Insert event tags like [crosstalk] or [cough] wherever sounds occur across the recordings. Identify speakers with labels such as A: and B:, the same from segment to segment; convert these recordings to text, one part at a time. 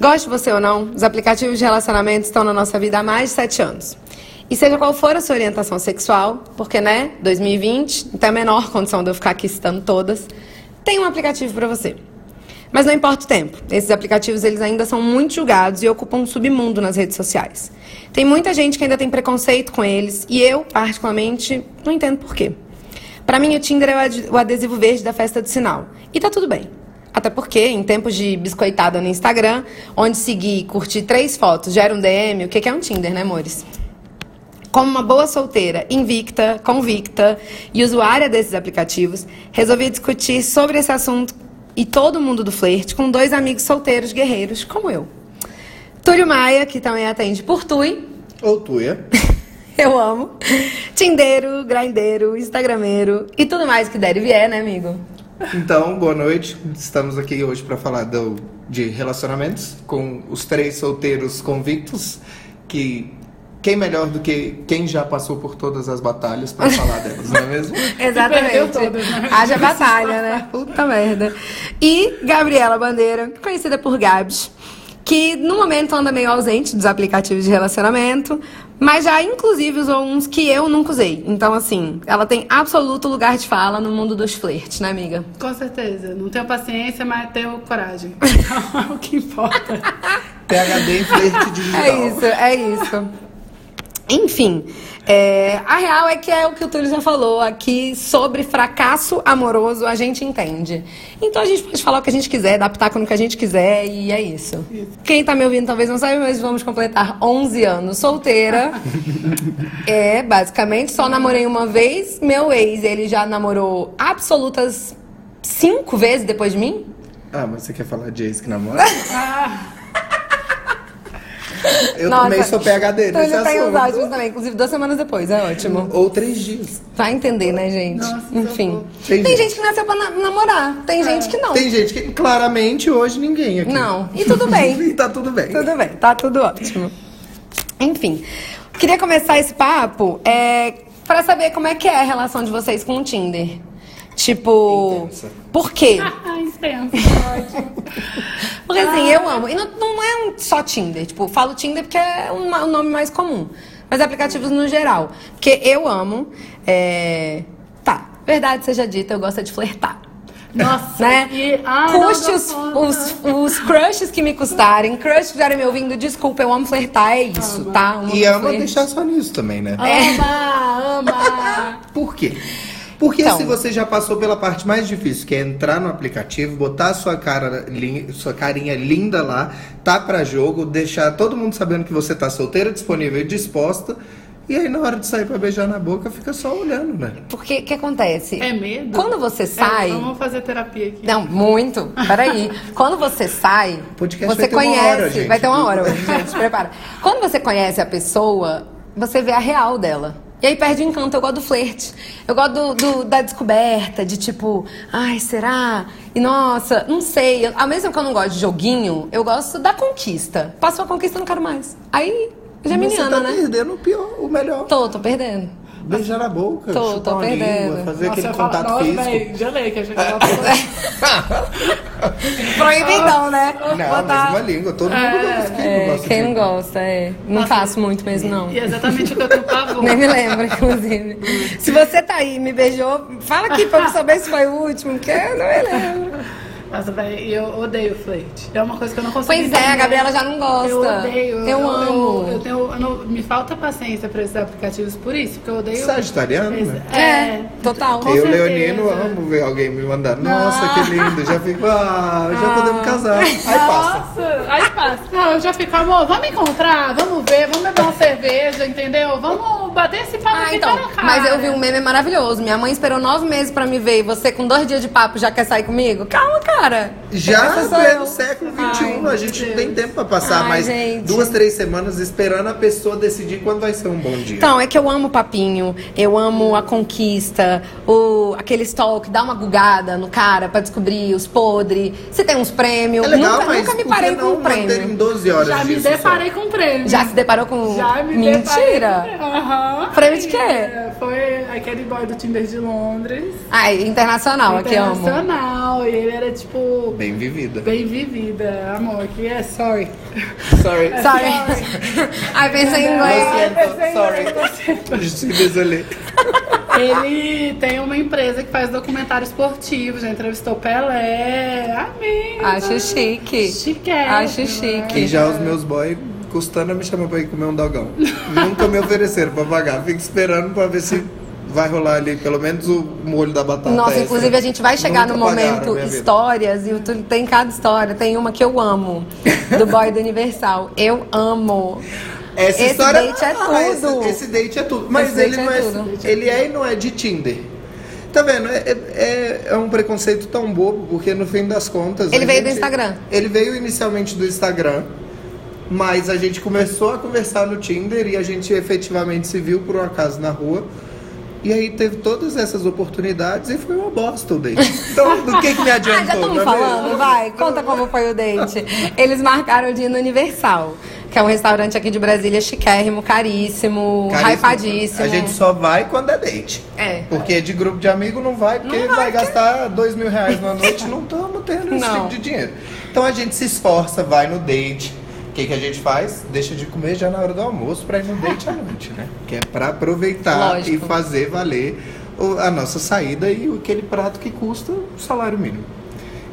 A: Goste você ou não, os aplicativos de relacionamento estão na nossa vida há mais de 7 anos. E seja qual for a sua orientação sexual, porque né, 2020, até então é a menor condição de eu ficar aqui citando todas, tem um aplicativo para você. Mas não importa o tempo. Esses aplicativos eles ainda são muito julgados e ocupam um submundo nas redes sociais. Tem muita gente que ainda tem preconceito com eles e eu, particularmente, não entendo por quê. Para mim, o Tinder é o ad- o adesivo verde da festa do sinal. E tá tudo bem. Até porque, em tempos de biscoitada no Instagram, onde seguir e curtir três fotos gera um DM, o que que é um Tinder, né, amores? Como uma boa solteira, invicta, convicta e usuária desses aplicativos, resolvi discutir sobre esse assunto e todo mundo do flerte com dois amigos solteiros guerreiros como eu. Túlio Maia, que também atende por Tui,
B: Ou tu é?
A: eu amo. Tindeiro, grindeiro, instagrameiro e tudo mais que der e vier, né, amigo?
B: [laughs] Então, boa noite. Estamos aqui hoje para falar do- de relacionamentos com os três solteiros convictos. Que quem melhor do que quem já passou por todas as
A: [laughs]
B: batalhas para falar delas, não é mesmo?
A: Exatamente.
C: perdeu todas, né?
A: Haja batalha, né? [laughs] Puta merda. E Gabriela Bandeira, conhecida por Gabs, que no momento anda meio ausente dos aplicativos de relacionamento, mas já inclusive usou uns que eu nunca usei. Então, assim, ela tem absoluto lugar de fala no mundo dos flertes, né, amiga?
C: Com certeza. Não tenho paciência, mas tenho
A: [laughs]
C: coragem. Então é o que importa.
B: PHD em flerte digital.
A: É isso, é isso. Enfim, é, a real é que é o que o Túlio já falou aqui sobre fracasso amoroso, a gente entende. Então a gente pode falar o que a gente quiser, adaptar com o que a gente quiser e é isso. Quem tá me ouvindo talvez não saiba, mas vamos completar 11 anos solteira. é, basicamente, só namorei uma vez. Meu ex, ele já namorou absolutas cinco vezes depois de mim.
B: Ah, mas você quer falar de ex que namora?
C: Ah,
B: Eu
A: Nossa.
B: também sou PHD nesse
A: Túlio tem os áudios
B: assunto.
A: tá também, inclusive duas semanas depois, é ótimo.
B: né? um- Ou três dias.
A: Vai entender, né, gente?
C: Nossa,
A: Enfim.
C: socorro.
A: Tem,
B: Tem
A: gente.
B: gente.
A: que nasceu pra na- namorar, tem gente que não.
B: Tem gente que claramente hoje ninguém aqui.
A: Não. E tudo bem.
B: [laughs] e tá tudo bem.
A: tudo bem, tá tudo ótimo. Enfim. Queria começar esse papo é, pra saber como é que é a relação de vocês com o Tinder. Tipo,
B: Intensa.
A: por quê? [laughs]
C: ah, intenso. Ótimo. Ah,
A: Porque assim, eu amo. E não, não é um só Tinder. Tipo, falo Tinder porque é uma- o nome mais comum. Mas aplicativos no geral. Porque eu amo. é, Tá, verdade seja dita, eu gosto é de flertar.
C: Nossa.
A: né?
C: E, ah, não
A: Custe
C: dou
A: os,
C: conta.
A: os, os crushes que me custarem, crush que estiverem me ouvindo, desculpa, eu amo flertar, é isso, tá? Eu
B: E ama
A: flerte.
B: deixar só nisso também, né?
A: é.
C: Ama,
A: [laughs]
C: ama.
B: Por quê? Porque
A: Então.
B: se você já passou pela parte mais difícil, que é entrar no aplicativo, botar a sua, cara, lin- sua carinha linda lá, tá pra jogo, deixar todo mundo sabendo que você tá solteira, disponível e disposta, e aí na hora de sair pra beijar na boca, fica só olhando, né?
A: Porque o que acontece?
C: É medo?
A: Quando você sai.
C: É, vamos fazer terapia aqui.
A: Não, muito. Peraí. Quando você sai,
B: podcast
A: você
B: vai ter uma
A: conhece.
B: hora, gente.
A: Vai ter uma hora
B: [laughs]
A: hoje, gente. Se prepara. Quando você conhece a pessoa, você vê a real dela. E aí perde o encanto. Eu gosto do flerte. Eu gosto do, do- da descoberta, de tipo, ai, será? E nossa, não sei. Eu, ao mesmo que eu não gosto de joguinho, eu gosto da conquista. Passou a conquista, eu não quero mais. Aí, já é
B: você
A: menina,
B: tá
A: né?
B: perdendo o pior, o melhor.
A: Tô, tô perdendo.
B: Beijar na boca,
A: Tô,
B: chupar
A: tô
B: uma língua,
A: perdendo.
B: fazer
C: Nossa,
B: aquele
C: eu falo,
B: contato
C: nossa,
B: físico.
C: véi, gelei, que a gente tá tava
A: [laughs] Proibidão, né?
B: Não,
A: Botar-
B: mesma língua, todo mundo gosta. Quem não
A: É,
B: gosta
A: quem
B: de-
A: não gosta, é. Não faço muito mesmo, não.
C: E é exatamente o que eu tenho
A: [laughs]
C: pavor.
A: Nem me lembro, inclusive. se você tá aí e me beijou, fala aqui pra eu saber se foi o último, porque eu não me lembro.
C: Nossa, véi, eu odeio flerte. É uma coisa que eu não consigo
A: Pois é, a
C: entender.
A: Gabriela já não gosta.
C: Eu odeio.
A: Eu, amo.
C: Eu, tenho, eu não, me falta paciência pra esses aplicativos por isso, porque eu odeio.
B: Sagitariano, né?
C: Esse-
A: É, total.
C: Com
B: eu,
C: certeza.
B: Leonino, amo ver alguém me mandar. Nossa, que lindo. Já fico, ah, já podemos casar. Aí passa.
C: Nossa, aí passa. Não, eu já fico, amor, vamos encontrar, vamos ver, vamos beber uma cerveja, entendeu? Vamos bater esse papo
A: Ah,
C: aqui
A: então,
C: cara a tá cara.
A: mas eu vi um meme maravilhoso. Minha mãe esperou nove meses pra me ver e você, com dois dias de papo, já quer sair comigo? Calma, cara.
B: Já
A: Essa sou
B: é
A: eu.
B: no século um,
A: Ai,
B: XXI, a gente não tem tempo pra passar
A: Ai,
B: mais
A: gente.
B: duas, três semanas esperando a pessoa decidir quando vai ser um bom dia.
A: Então, é que eu amo o papinho, eu amo a conquista, o, aquele stalk, dá uma gugada no cara pra descobrir os podres. Se tem uns prêmios,
B: é legal,
A: nunca,
B: mas
A: nunca me
B: por que
A: parei com
B: não
A: um prêmio.
B: manter em 12 horas
C: Já me
B: disso só?
C: deparei com um prêmio.
A: Já se deparou com.
C: Já me
A: Mentira!
C: deparei com um prêmio. Aham.
A: Prêmio de quê?
C: É, Foi aquele boy do Tinder de Londres.
A: Ai, internacional, aqui eu Ah, amo.
C: internacional. E ele era tipo.
B: Bem vivida.
C: Bem vivida, amor. aqui
A: [laughs]
C: é sorry.
B: Sorry.
C: [laughs]
A: Sorry. Aí pensa em inglês.
B: Sorry.
C: Ele tem uma empresa que faz documentário esportivo, já entrevistou Pelé. Amigo.
A: Acho chique.
C: Chiquérrimo,
A: Acho
C: né?
A: chique.
B: e já os meus boys custando me chamar pra ir comer um dogão. Nunca me ofereceram pra pagar. Fico esperando pra ver se vai rolar ali pelo menos o molho da batata.
A: Nossa,
B: extra.
A: inclusive a gente vai chegar
B: Nunca
A: no
B: pagaram a
A: momento
B: minha vida.
A: histórias e o Túlio tem cada história. Tem uma que eu amo, do boy do Universal. Eu amo.
B: Essa
A: Esse
B: história,
A: date é
B: Ah, esse-
A: tudo.
B: Esse, date é tudo. Mas
A: Esse
B: ele
A: date
B: não
A: é
B: é,
A: tudo.
B: ele é e não é de Tinder. Tá vendo? É, é- é um preconceito tão bobo, porque no fim das contas.
A: Ele
B: a
A: veio do Instagram.
B: Ele veio inicialmente do Instagram, mas a gente começou a conversar no Tinder e a gente efetivamente se viu por um acaso na rua. E aí teve todas essas oportunidades e foi uma bosta o date. Então, do que, que
A: [laughs]
B: me
A: Ah, já
B: adiantou?
A: estamos
B: não é mesmo?
A: falando, vai. Conta como foi o date. Eles marcaram de ir no Universal, que é um restaurante aqui de Brasília chiquérrimo, caríssimo,
B: Caríssimo.
A: hypadíssimo. né?
B: A gente só vai quando é date.
A: É.
B: Porque de grupo de amigo não vai, porque vai, gastar dois mil reais na noite, não estamos tendo esse
A: Não.
B: tipo de dinheiro. Então a gente se esforça, vai no date. O que, que a gente faz? Deixa de comer já na hora do almoço pra ir no date à noite, né? Que é pra aproveitar
A: Lógico.
B: e fazer valer o- a nossa saída e o- aquele prato que custa o salário mínimo.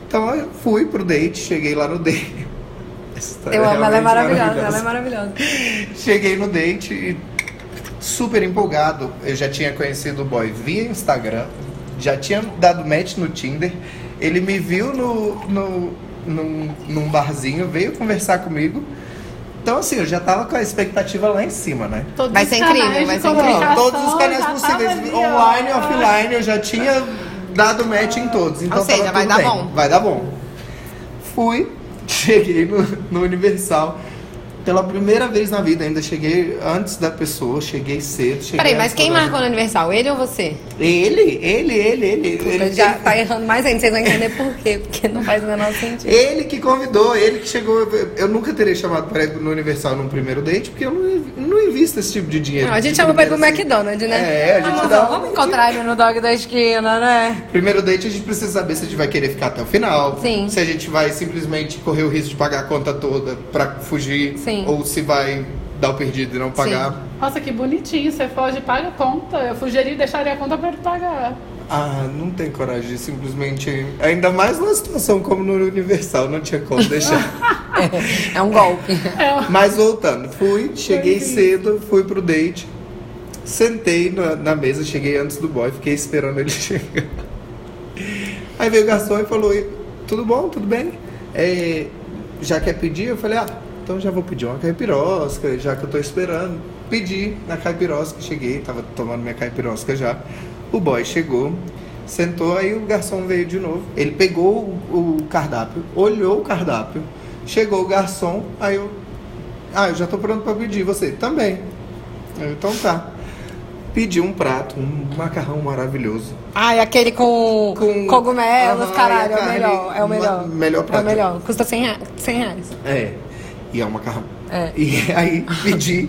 B: Então eu fui pro date, cheguei lá no date. [laughs] Essa história
A: Eu amo, ela é
B: Tá realmente
A: maravilhosa, ela é maravilhosa.
B: Cheguei no date e super empolgado. Eu já tinha conhecido o boy via Instagram, já tinha dado match no Tinder. Ele me viu no, no, num, num barzinho, veio conversar comigo. Então, assim, eu já tava com a expectativa lá em cima, né?
C: Todos
A: Vai
C: os
A: ser incrível,
C: canais de
A: vai ser incrível.
B: Não,
C: comunicação
B: todos os canais
C: já tava
B: possíveis,
C: ali, ó.
B: online, offline, eu já tinha dado match em todos. Então
A: Ou seja,
B: tava
A: vai dar
B: tudo bem.
A: bom.
B: Vai dar bom. Fui, [laughs] cheguei no, no Universal. Pela primeira vez na vida, ainda cheguei antes da pessoa, cheguei cedo. Cheguei
A: Peraí, mas quem
B: antes da-
A: marcou no Universal? Ele ou você?
B: Ele, ele, ele, ele. Ele,
A: Ele já tá errando mais ainda, vocês vão entender por quê, porque não faz o menor sentido.
B: ele que convidou, ele que chegou. Eu, eu nunca teria chamado para ir no Universal num primeiro date, porque eu não, não invisto esse tipo de dinheiro.
A: Não, a gente
B: de
A: chama pra ir pro
B: primeira, assim.
A: McDonald's, né?
B: É, a gente
A: Vamos,
B: dá um-
A: vamos encontrar ele no dog da esquina, né?
B: Primeiro date, a gente precisa saber se a gente vai querer ficar até o final.
A: Sim.
B: Se a gente vai simplesmente correr o risco de pagar a conta toda pra fugir.
A: Sim.
B: Ou se vai dar o perdido e não pagar.
C: Nossa, que bonitinho. Você foge, paga a conta. Eu fugiria e deixaria a conta pra ele pagar.
B: Ah, não tem coragem de simplesmente. Ainda mais numa situação como no Universal, não tinha
A: [laughs]
B: como deixar.
A: É um golpe.
B: Mas voltando, fui, cheguei cedo, fui pro date. Sentei na, na mesa, cheguei antes do boy, fiquei esperando ele [laughs] chegar. Aí veio o garçom e falou: "E- Tudo bom, tudo bem? É, já quer pedir? Eu falei: Ah, então já vou pedir uma caipirosca, já que eu tô esperando. Pedi na caipirosca, cheguei, tava tomando minha caipirosca já. O boy chegou, sentou, aí o garçom veio de novo. Ele pegou o, o cardápio, olhou o cardápio, chegou o garçom, aí eu. Ah, eu já tô pronto pra pedir, você também. Eu, então tá. Pedi um prato, um macarrão maravilhoso.
A: Ai, aquele com,
B: Com-
A: cogumelos,
B: Aham,
A: caralho,
B: e a
A: é o melhor,
B: carne,
A: é o melhor.
B: ma- melhor
A: É o
B: prato.
A: melhor, custa 100 reais. 100 reais.
B: É. E é um macarrão.
A: É.
B: E [laughs] aí pedi.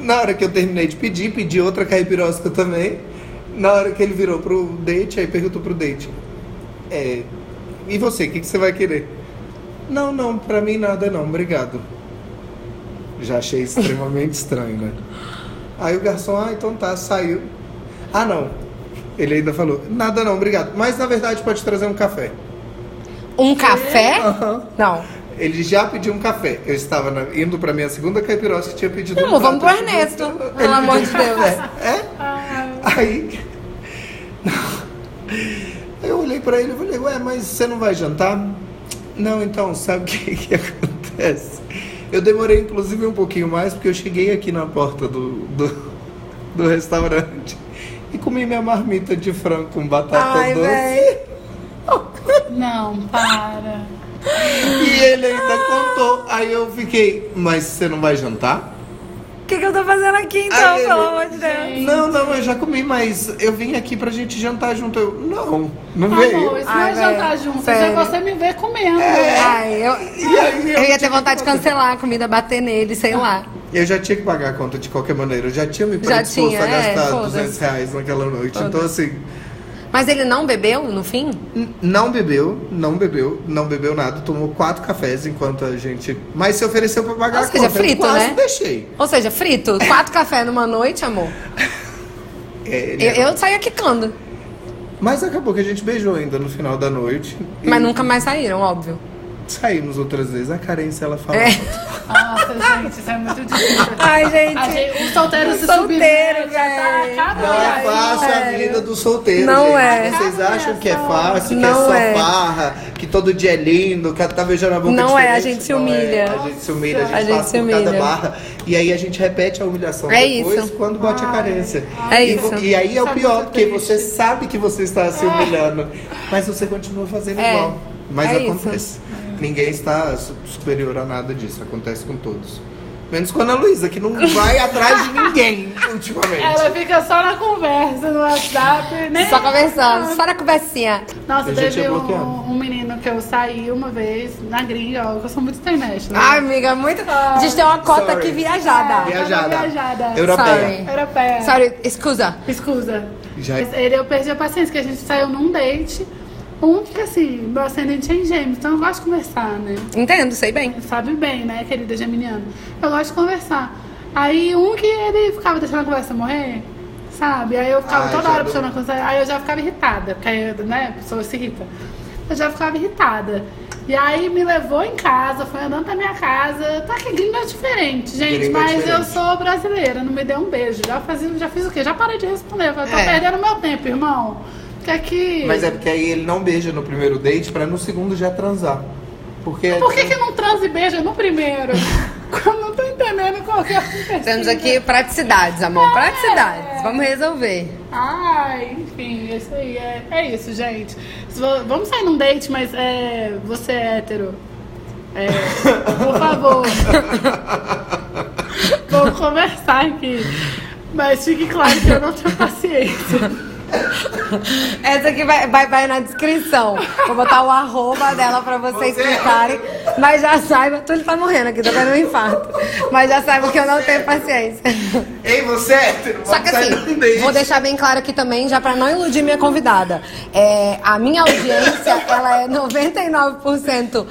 B: Na hora que eu terminei de pedir, pedi outra caipirosca também. Na hora que ele virou pro date, aí perguntou pro date. É. E você, o que, que você vai querer? Não, não, pra mim nada não, obrigado. Já achei extremamente estranho, né? Aí o garçom, ah, então tá, saiu. Ah, não. Ele ainda falou, nada não, obrigado. Mas na verdade pode trazer um café.
A: Um café? Não.
B: Ele já pediu um café. Eu estava na- indo para minha segunda caipirosca e tinha pedido
A: Não,
B: um
A: vamos pro
B: prato.
A: Ernesto,
B: [laughs] Ele
A: pelo amor de
B: pediu um
A: Deus.
B: café. [laughs] É?
A: Ah,
B: Aí. [laughs] Eu olhei para ele e falei, ué, mas você não vai jantar? Não, então, sabe o que, [laughs] que acontece? Eu demorei inclusive um pouquinho mais, porque eu cheguei aqui na porta do, do, do restaurante e comi minha marmita de frango com batata
A: Ai,
B: doce.
A: véi.
C: Não, para.
B: E ele ainda contou. Aí eu fiquei, mas você não vai jantar?
A: O que, que eu tô fazendo aqui então,
B: Ai,
A: pelo
B: meu
A: amor de Deus?
B: Não, não, eu já comi, mas eu vim aqui pra gente jantar junto. Eu, não, não
A: Tá
C: Amor,
B: veio.
C: isso não
A: Ai,
C: é jantar
A: velho,
C: junto. Isso é
A: sério. É.
C: você me ver comendo.
A: Ai, eu,
B: E aí,
A: eu ia
B: tinha
A: ter vontade de
B: que pagar.
A: cancelar a comida, bater nele, sei lá.
B: Eu já tinha que pagar a conta de qualquer maneira. Eu já tinha me
A: Já
B: predisposto
A: tinha,
B: a
A: é,
B: gastar
A: foda-se.
B: 200 reais naquela noite. Então, assim,
A: Mas ele não bebeu no fim?
B: N- Não bebeu, não bebeu, não bebeu nada. Tomou quatro cafés enquanto a gente. Mas se ofereceu pra pagar
A: Ou
B: a
A: seja,
B: conta.
A: frito,
B: eu quase
A: né?
B: deixei.
A: Ou seja, frito, quatro cafés numa noite, amor.
B: É, ele-
A: Eu, eu saía quicando.
B: Mas acabou que a gente beijou ainda no final da noite. E
A: Mas nunca mais saíram, óbvio.
B: Saímos outras vezes. A carência, ela falou.
A: É. [laughs]
C: Nossa, gente, isso é muito difícil.
A: Ai,
C: A gente, os solteiros se
A: Solteiro,
C: submetem,
A: velho.
C: já tá
B: Não é
C: acabando.
B: fácil a
A: sério.
B: vida do solteiro,
A: Não
B: gente.
A: é.
B: Vocês acham que é fácil, que é
A: Não
B: só
A: é.
B: farra, que todo dia é lindo, que tá beijando a boca
A: Não é, a
B: diferente?
A: gente se
B: Não
A: humilha.
B: é. A gente se humilha, a gente,
A: A gente
B: passa
A: se
B: por cada
A: humilha.
B: barra. E aí a gente repete a humilhação
A: É
B: depois
A: isso.
B: quando bate a carência.
A: É
B: e, vo-
A: isso.
B: E aí é o
C: Tá
B: pior,
C: muito
B: porque
C: triste. É.
B: você sabe que você está se humilhando, mas você continua fazendo
A: É.
B: igual. Mas
A: É isso.
B: acontece. Ninguém está su- superior a nada disso, acontece com todos. Menos com a Ana Luísa, que não vai atrás de ninguém [laughs] ultimamente.
C: Ela fica só na conversa, no WhatsApp. Nem...
A: Só conversando, só na conversinha.
C: Nossa,
B: A gente
C: teve
B: é bloqueado.
C: um, um menino que eu saí uma vez na gringa, ó, eu sou muito internet, né?
A: Ai, amiga, muito. A gente tem uma cota
B: Sorry.
A: aqui viajada.
C: É.
B: Viajada.
C: tava viajada.
B: Europeia.
C: Era pé.
A: Sorry, excusa.
C: Escusa.
B: Já-
C: Ele, eu perdi a paciência, que a gente saiu num date. Um que, assim, meu ascendente é em gêmeos, então eu gosto de conversar, né?
A: Entendo, sei bem.
C: Sabe bem, né, querida geminiana? Eu gosto de conversar. Aí um que ele ficava deixando a conversa morrer, sabe? Aí eu ficava
B: Ai,
C: toda
B: já
C: hora
B: dou-
C: puxando a conversa. Aí eu já ficava irritada, porque aí, né, a pessoa se irrita. Eu já ficava irritada. E aí me levou em casa, foi andando pra minha casa. Tá que gringo é diferente, gente,
B: Gringo é
C: mas eu
B: diferente.
C: sou brasileira, não me deu um beijo. Já, fazia, já fiz o quê? Já parei de responder. Eu falei, tô
A: É.
C: perdendo meu tempo, irmão. Porque aqui.
B: Mas é porque aí ele não beija no primeiro date pra no segundo já transar. Porque.
C: Por que, que não transa e beija
A: [laughs]
C: no primeiro? Eu não tô entendendo qual que é a perspectiva.
A: Temos aqui praticidades, amor. Praticidades. Vamos resolver.
C: Ai, enfim, isso aí. É, é isso, gente. Se vo- Vamos sair num date, mas é, você é hétero. É, por favor.
A: [laughs]
C: Vamos conversar aqui. Mas fique claro que eu não tenho paciência.
A: Essa aqui vai, vai, vai na descrição. Vou botar o arroba dela pra vocês
B: Você-
A: clicarem. Mas já saiba, tu ele tá morrendo aqui, tá dando um infarto. Mas já saiba que eu não tenho paciência.
B: Ei, você é hétero,
A: Só que
B: vamos sair num date.
A: assim, vou deixar bem claro aqui também, já pra não iludir minha convidada. É, a minha audiência,
B: [laughs]
A: ela é 99%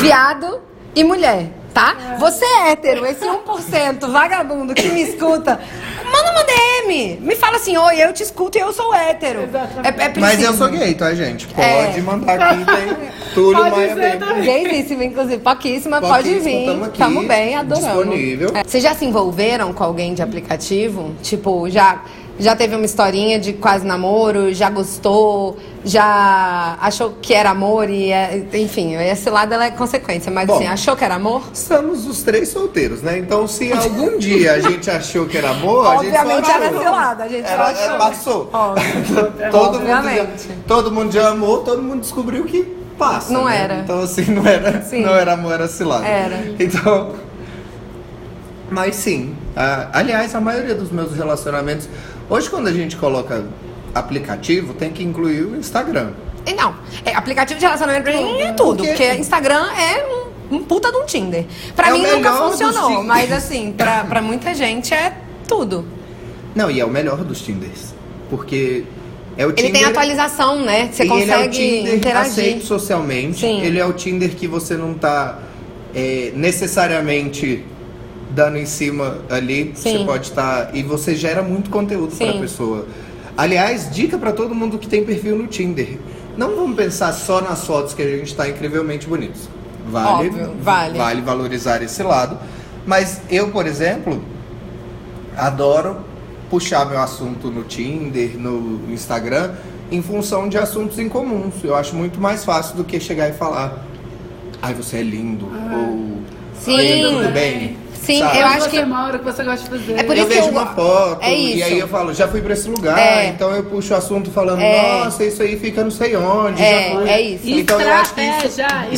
A: viado e mulher, tá? Você é hétero, esse 1% vagabundo que me escuta, manda uma DM. Me fala assim, oi, eu te escuto e eu sou hétero. É, é
B: Mas eu
A: preciso.
B: sou gay, tá, gente?
A: É.
B: Pode
A: [laughs]
B: mandar aqui, tem é. Túlio
C: Pode
B: Maia Baby.
C: ser também.
A: Gaysíssima, inclusive, pouquíssima, pode
B: Pouquíssima,
A: vir.
B: tamo
A: Tamo,
B: aqui,
A: bem, adoramos.
B: disponível.
A: É. Vocês já se envolveram com alguém de aplicativo? Tipo, já, já teve uma historinha de quase namoro, já gostou, já achou que era amor e é- enfim, esse lado ela é consequência, mas
B: Bom.
A: assim, achou que era amor?
B: Estamos os três solteiros, né? Então, se algum dia a gente achou que era boa, a gente só
A: Obviamente era
B: achou.
A: seu lado, a gente só
B: Era-
A: achou.
B: Passou.
A: Óbvio.
B: todo, mundo já,
A: Obviamente.
B: todo mundo já amou, todo mundo descobriu que passa.
A: Não
B: né?
A: era.
B: Então, assim, não era,
A: Sim.
B: não era amor, era cilada.
A: Era.
B: Então. Mas sim. a- aliás, a maioria dos meus relacionamentos. Hoje, quando a gente coloca aplicativo, tem que incluir o Instagram.
A: [laughs] E não, é, aplicativo de relacionamento pra mim é tudo,
B: Porque-
A: porque, Instagram é um, um puta de um Tinder. Pra
B: É o
A: mim nunca
B: melhor dos
A: funcionou,
B: Tinders.
A: mas assim, pra, pra muita gente é tudo.
B: Não, e é o melhor dos Tinders. Porque é o
A: Ele
B: Tinder.
A: tem atualização, né? Você
B: e
A: consegue
B: ele é o Tinder
A: interagir.
B: aceito socialmente.
A: Sim.
B: Ele é o Tinder que você não tá é, necessariamente dando em cima ali.
A: Sim.
B: Você pode estar. e você gera muito conteúdo pra
A: Sim.
B: pessoa. Aliás, dica pra todo mundo que tem perfil no Tinder. Não vamos pensar só nas fotos que a gente tá incrivelmente bonitos. Vale,
A: Óbvio, vale.
B: vale valorizar esse lado. Mas eu, por exemplo, adoro puxar meu assunto no Tinder, no Instagram, em função de assuntos em comuns. Eu acho muito mais fácil do que chegar e falar, ai, você é lindo, ou
A: Ah. Sim.
B: "Oi, tudo bem.
A: Sim,
B: Sabe?
A: eu
C: Onde
A: acho
C: você
A: que-
C: mora, o que você gosta de fazer.
A: É por
B: eu
A: isso que
B: vejo
A: eu-
B: uma foto
A: é
B: e
A: isso.
B: aí eu falo, já fui pra esse lugar,
A: É.
B: então eu puxo o assunto falando,
A: É.
B: nossa, isso aí fica não sei onde.
A: É,
B: já foi.
A: é isso.
B: Então eu acho que isso...
C: Estratégia,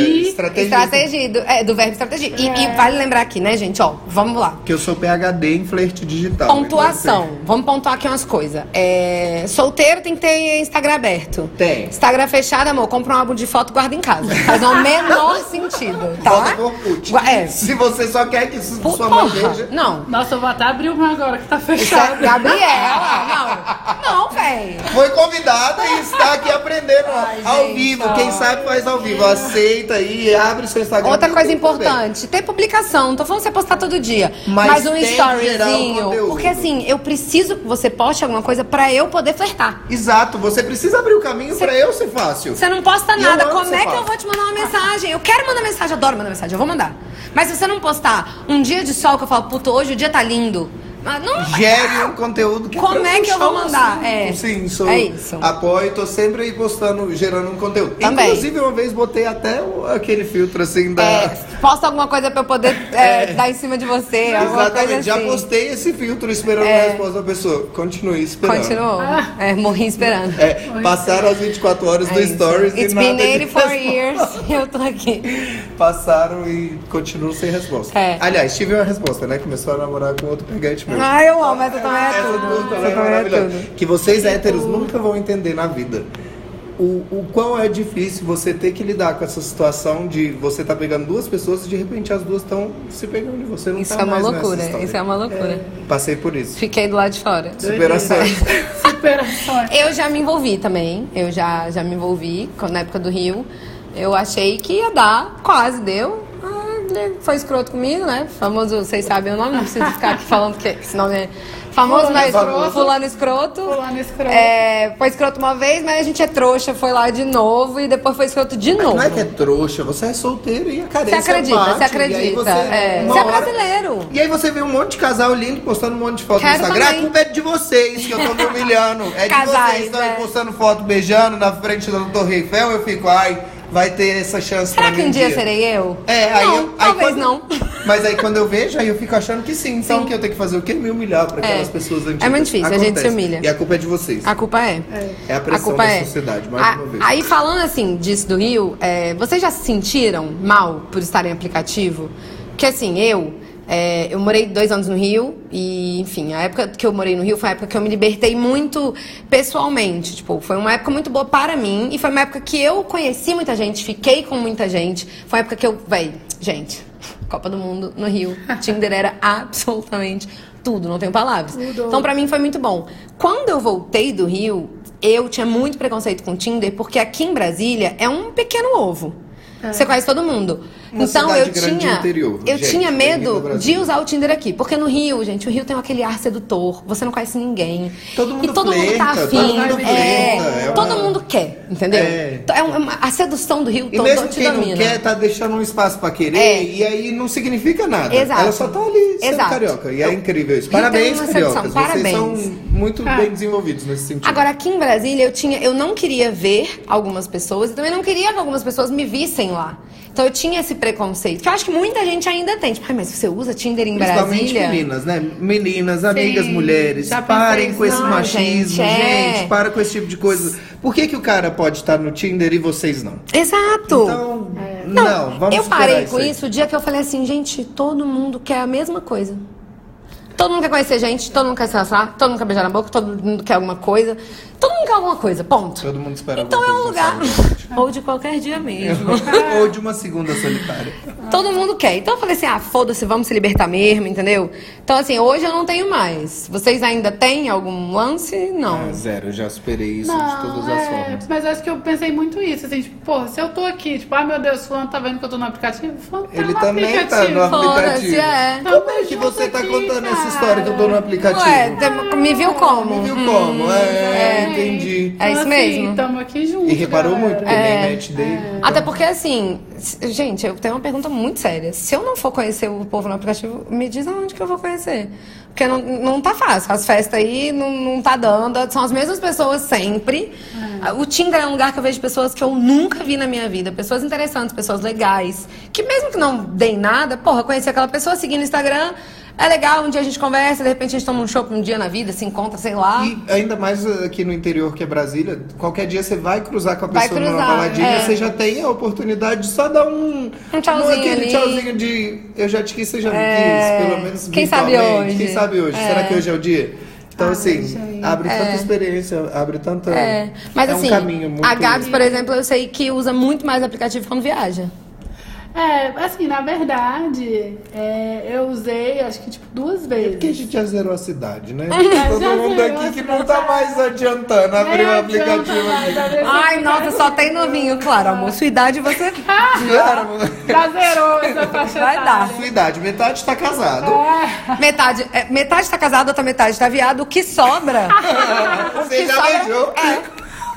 B: estratégia,
C: estratégia.
A: Estratégia do, é, do verbo estratégia. E, e vale lembrar aqui, né, gente? Ó, vamos lá.
B: Que eu sou PHD em flerte digital. então
A: Pontuação. Vamos pontuar aqui umas coisas. É, solteiro tem que ter Instagram aberto.
B: Tem.
A: Instagram fechado, amor, compra um
B: [laughs]
A: álbum de foto e guarda em casa. Faz o menor sentido, tá?
B: Tá? Volta pro Orkut.
A: Gua- É,
B: Se você só quer que su-
A: Pô,
B: sua mãe
A: porra,
B: veja.
A: Não.
C: Nossa, eu vou até abrir uma agora que tá
A: Isso é
C: fechada.
A: Gabriela, não. Não, véi.
B: Foi convidada e está aqui aprendendo ó,
D: Ai,
B: ao
D: gente,
B: vivo.
D: ó.
B: Quem sabe faz ao vivo. Aceita aí, abre seu Instagram.
A: Outra
B: tem um
A: coisa
B: tudo também.
A: importante, ter publicação. Não tô falando você postar todo dia.
B: Mas
A: Mas, um
B: tem que gerar o
A: storyzinho.
B: conteúdo.
A: Porque assim, eu preciso que você poste alguma coisa pra eu poder flertar.
B: Exato, você precisa abrir o caminho pra eu ser fácil.
A: Você não posta
B: E
A: nada.
B: eu amo
A: Como
B: ser
A: é que eu
B: fácil.
A: vou te mandar uma mensagem? Eu quero mandar mensagem, adoro mandar mensagem, eu vou mandar. Mas se você não postar um dia de sol que eu falo, puta, hoje o dia tá lindo. Mas não
B: Gere um conteúdo que
A: Como é que eu vou
B: pra puxar
A: mandar?
B: um assunto.
A: É.
B: Sim, sou.
A: É isso.
B: Apoio, tô sempre aí postando, gerando um conteúdo.
A: Também.
B: Inclusive, uma vez botei até o- aquele filtro assim da.
A: É, posta alguma coisa pra eu
B: [laughs]
A: poder é, dar em cima de você. alguma coisa
B: Exatamente,
A: assim. É.
B: já postei esse filtro esperando a resposta da pessoa. Continue esperando.
A: Continuou. É, morri esperando.
B: É, passaram as 24 horas
A: É
B: do
A: isso.
B: Stories e
A: It's
B: nada
A: been
B: de [laughs]
A: 84
B: resposta.
A: years e eu tô aqui.
B: Passaram e continuam sem resposta.
A: É.
B: Aliás, tive uma resposta, né? Começou a namorar com outro pegante meu.
A: Ah, eu amo, essa também é
B: Essa
A: tudo.
B: música
A: Essa
B: é
A: também é
B: maravilhosa.
A: tudo.
B: Que vocês héteros nunca vão entender na vida. O, o quão é difícil você ter que lidar com essa situação de você tá pegando duas pessoas e de repente as duas estão se pegando e você não
A: Isso
B: tá
A: é uma
B: mais nessa
A: loucura,
B: história.
A: isso é uma loucura.
B: Passei por isso.
A: Fiquei do lado de fora.
B: Superação.
A: [laughs]
C: Superação.
A: Eu já me envolvi também. Eu já, já me envolvi quando- na época do Rio. Eu achei que ia dar, quase deu. Ah, né, Foi escroto comigo, né? Famoso, vocês sabem o nome, não preciso ficar aqui falando que esse nome é famoso,
C: Fulano
A: mas
C: escroto.
A: fulano escroto.
C: Fulano escroto.
A: É, foi escroto uma vez, mas a gente é trouxa, foi lá de novo e depois foi escroto de novo.
B: Não é que é trouxa, você é solteiro e a
A: Você
B: carência
A: acredita,
B: bate,
A: você
B: e aí
A: acredita.
B: Você,
A: é.
B: uma
A: Você é
B: hora-
A: brasileiro.
B: E aí você vê um monte de casal lindo postando um monte de foto
A: Quero
B: no Instagram.
A: também.
B: A culpa é de vocês que eu tô me humilhando. É de
A: Casais,
B: vocês que estão
A: é.
B: postando foto beijando na frente da Torre Eiffel. Eu fico, ai, vai ter essa chance
A: Será
B: pra
A: que
B: mim
A: um dia serei eu?
B: É, aí
A: não,
B: eu, aí
A: talvez
B: quando-
A: não. [laughs]
B: Mas aí quando eu vejo, aí eu fico achando que sim. Então o que eu tenho que fazer o quê? Me humilhar pra aquelas
A: É.
B: pessoas
A: É
B: antigas.
A: muito difícil, a gente se humilha.
B: E a culpa é de vocês.
A: A culpa é.
B: É a pressão da sociedade, mais
A: A-
B: uma vez.
A: Aí falando assim disso do Rio, é, vocês já se sentiram mal por estar em aplicativo? Porque assim, eu. é, eu morei dois anos no Rio e, enfim, a época que eu morei no Rio foi a época que eu me libertei muito pessoalmente. Tipo, foi uma época muito boa para mim e foi uma época que eu conheci muita gente, fiquei com muita gente. Foi uma época que eu, véi, gente, Copa do Mundo no Rio, Tinder era absolutamente tudo, não tenho palavras.
C: Tudo.
A: Então, pra mim foi muito bom. Quando eu voltei do Rio, eu tinha muito preconceito com Tinder, porque aqui em Brasília é um pequeno ovo. Você conhece todo mundo.
B: É. Uma
A: então
B: cidade
A: eu
B: grande
A: tinha
B: do interior,
A: eu
B: gente,
A: tinha
B: bem-vindo
A: medo
B: ao
A: de
B: Brasil.
A: usar o Tinder aqui, porque no Rio, gente, o Rio tem aquele ar sedutor, você não conhece ninguém.
B: Todo
A: e
B: mundo
A: todo mundo tá
B: flerta,
A: afim.
B: todo mundo
A: é,
B: flerta, é
A: todo
B: uma-
A: mundo quer, entendeu?
B: É.
A: É uma- a sedução do Rio
B: E
A: todo
B: mesmo
A: te
B: quem
A: domina.
B: não quer, tá deixando um espaço pra querer,
A: É.
B: e aí não significa nada.
A: Exato.
B: Ela só tá ali sendo
A: Exato.
B: carioca. E é incrível isso.
A: Então, é uma
B: Parabéns,
A: sedução,
B: cariocas. Vocês
A: parabéns.
B: são muito
C: Ah.
B: bem desenvolvidos nesse sentido.
A: Agora, aqui em Brasília, eu, tinha, eu não queria ver algumas pessoas e também não queria que algumas pessoas me vissem lá. Então eu tinha esse preconceito, que eu acho que muita gente ainda tem. Tipo, "Ai, mas você usa Tinder em
B: Principalmente
A: Brasília?
B: meninas, né? Meninas, amigas,
C: Sim,
B: mulheres,
C: já pensei
B: parem
C: isso.
B: com esse
A: Não,
B: machismo,
A: gente, é.
B: gente, para com esse tipo de coisa. Por que, que o cara pode estar no Tinder e vocês não?
A: Exato!
B: Então,
C: É.
B: não, vamos
A: eu
B: superar
A: parei com
B: aí.
A: isso o dia que eu falei assim, gente, todo mundo quer a mesma coisa. Todo mundo quer conhecer gente, todo mundo quer se relacionar, todo mundo quer beijar na boca, todo mundo quer alguma coisa. Todo mundo quer alguma coisa, ponto.
B: Todo mundo espera
A: Então é
B: alguma
A: um
B: coisa assim.
A: lugar.
B: dessa
A: [laughs]
B: vida.
A: Ou de qualquer dia mesmo.
B: [laughs] Ou de uma segunda solitária.
A: Todo mundo quer. Então eu falei assim, ah, foda-se, vamos se libertar mesmo, entendeu? Então assim, hoje eu não tenho mais. Vocês ainda têm algum lance? Não.
B: Ah, zero, eu já superei isso de todas as
C: é,
B: formas.
C: Mas acho que eu pensei muito isso, assim, tipo, porra, se eu tô aqui, tipo, ah, meu Deus, fulano tá vendo que eu tô no aplicativo? Fulano tá
B: Ele
C: no
B: também tá
C: aplicativo.
B: no aplicativo.
A: Foda-se, é.
B: Como é que você tá
C: Tamo junto
B: contando
C: aqui,
B: essa história que eu tô no
C: cara.
B: aplicativo?
A: Ué, é, tem- me viu como?
B: Não viu como? É,
C: É.
B: entendi.
A: É isso
C: assim,
A: mesmo?
C: Tamo aqui junto,
B: E reparou
C: galera. É,
B: muito, né, porque nem match dele.
A: Até porque assim, s- gente, eu tenho uma pergunta muito séria. Se eu não for conhecer o povo no aplicativo, me diz aonde que eu vou conhecer. Porque não, não tá fácil. As festas aí não, não tá dando. São as mesmas pessoas sempre. O Tinder é um lugar que eu vejo pessoas que eu nunca vi na minha vida. Pessoas interessantes, pessoas legais. Que mesmo que não deem nada, porra, conheci aquela pessoa, segui no Instagram. É legal, um dia a gente conversa, de repente a gente toma um chopp um dia na vida, se encontra, sei lá.
B: E ainda mais aqui no interior, que é Brasília, qualquer dia você vai cruzar com a
A: Vai
B: pessoa numa
A: cruzar,
B: baladinha,
A: é.
B: você já tem a oportunidade de só dar um...
A: Um tchauzinho
B: aquele
A: ali.
B: tchauzinho de eu já te quis, você já me quis, pelo menos
A: Quem sabe
B: virtualmente.
A: hoje?
B: Quem sabe hoje? Será que hoje é o dia? Então,
C: Ai,
B: assim,
C: gente.
B: abre tanta experiência, abre tanta...
A: É, mas
B: é
A: assim,
B: um caminho muito...
A: a Gabs, por exemplo, eu sei que usa muito mais aplicativo quando viaja.
C: É, assim, na verdade, é, eu usei acho que tipo duas vezes.
B: É Porque a gente já zerou a cidade, né?
C: já
B: Todo mundo
C: zerou
B: aqui
C: a
B: que
C: cidade.
B: não tá mais adiantando abrir o
C: Nem
B: aplicativo
C: adianta mais,
B: aqui.
C: às vezes
A: Ai,
C: eu-
A: nossa, só tem novinho, claro. Amor, sua idade [laughs] você
B: Claro,
C: Já zerou essa faixa
A: Vai dar.
B: sua idade, metade tá casado.
A: Metade, é, metade tá casada, outra metade tá viado. O que [laughs] sobra? o
B: Você já beijou.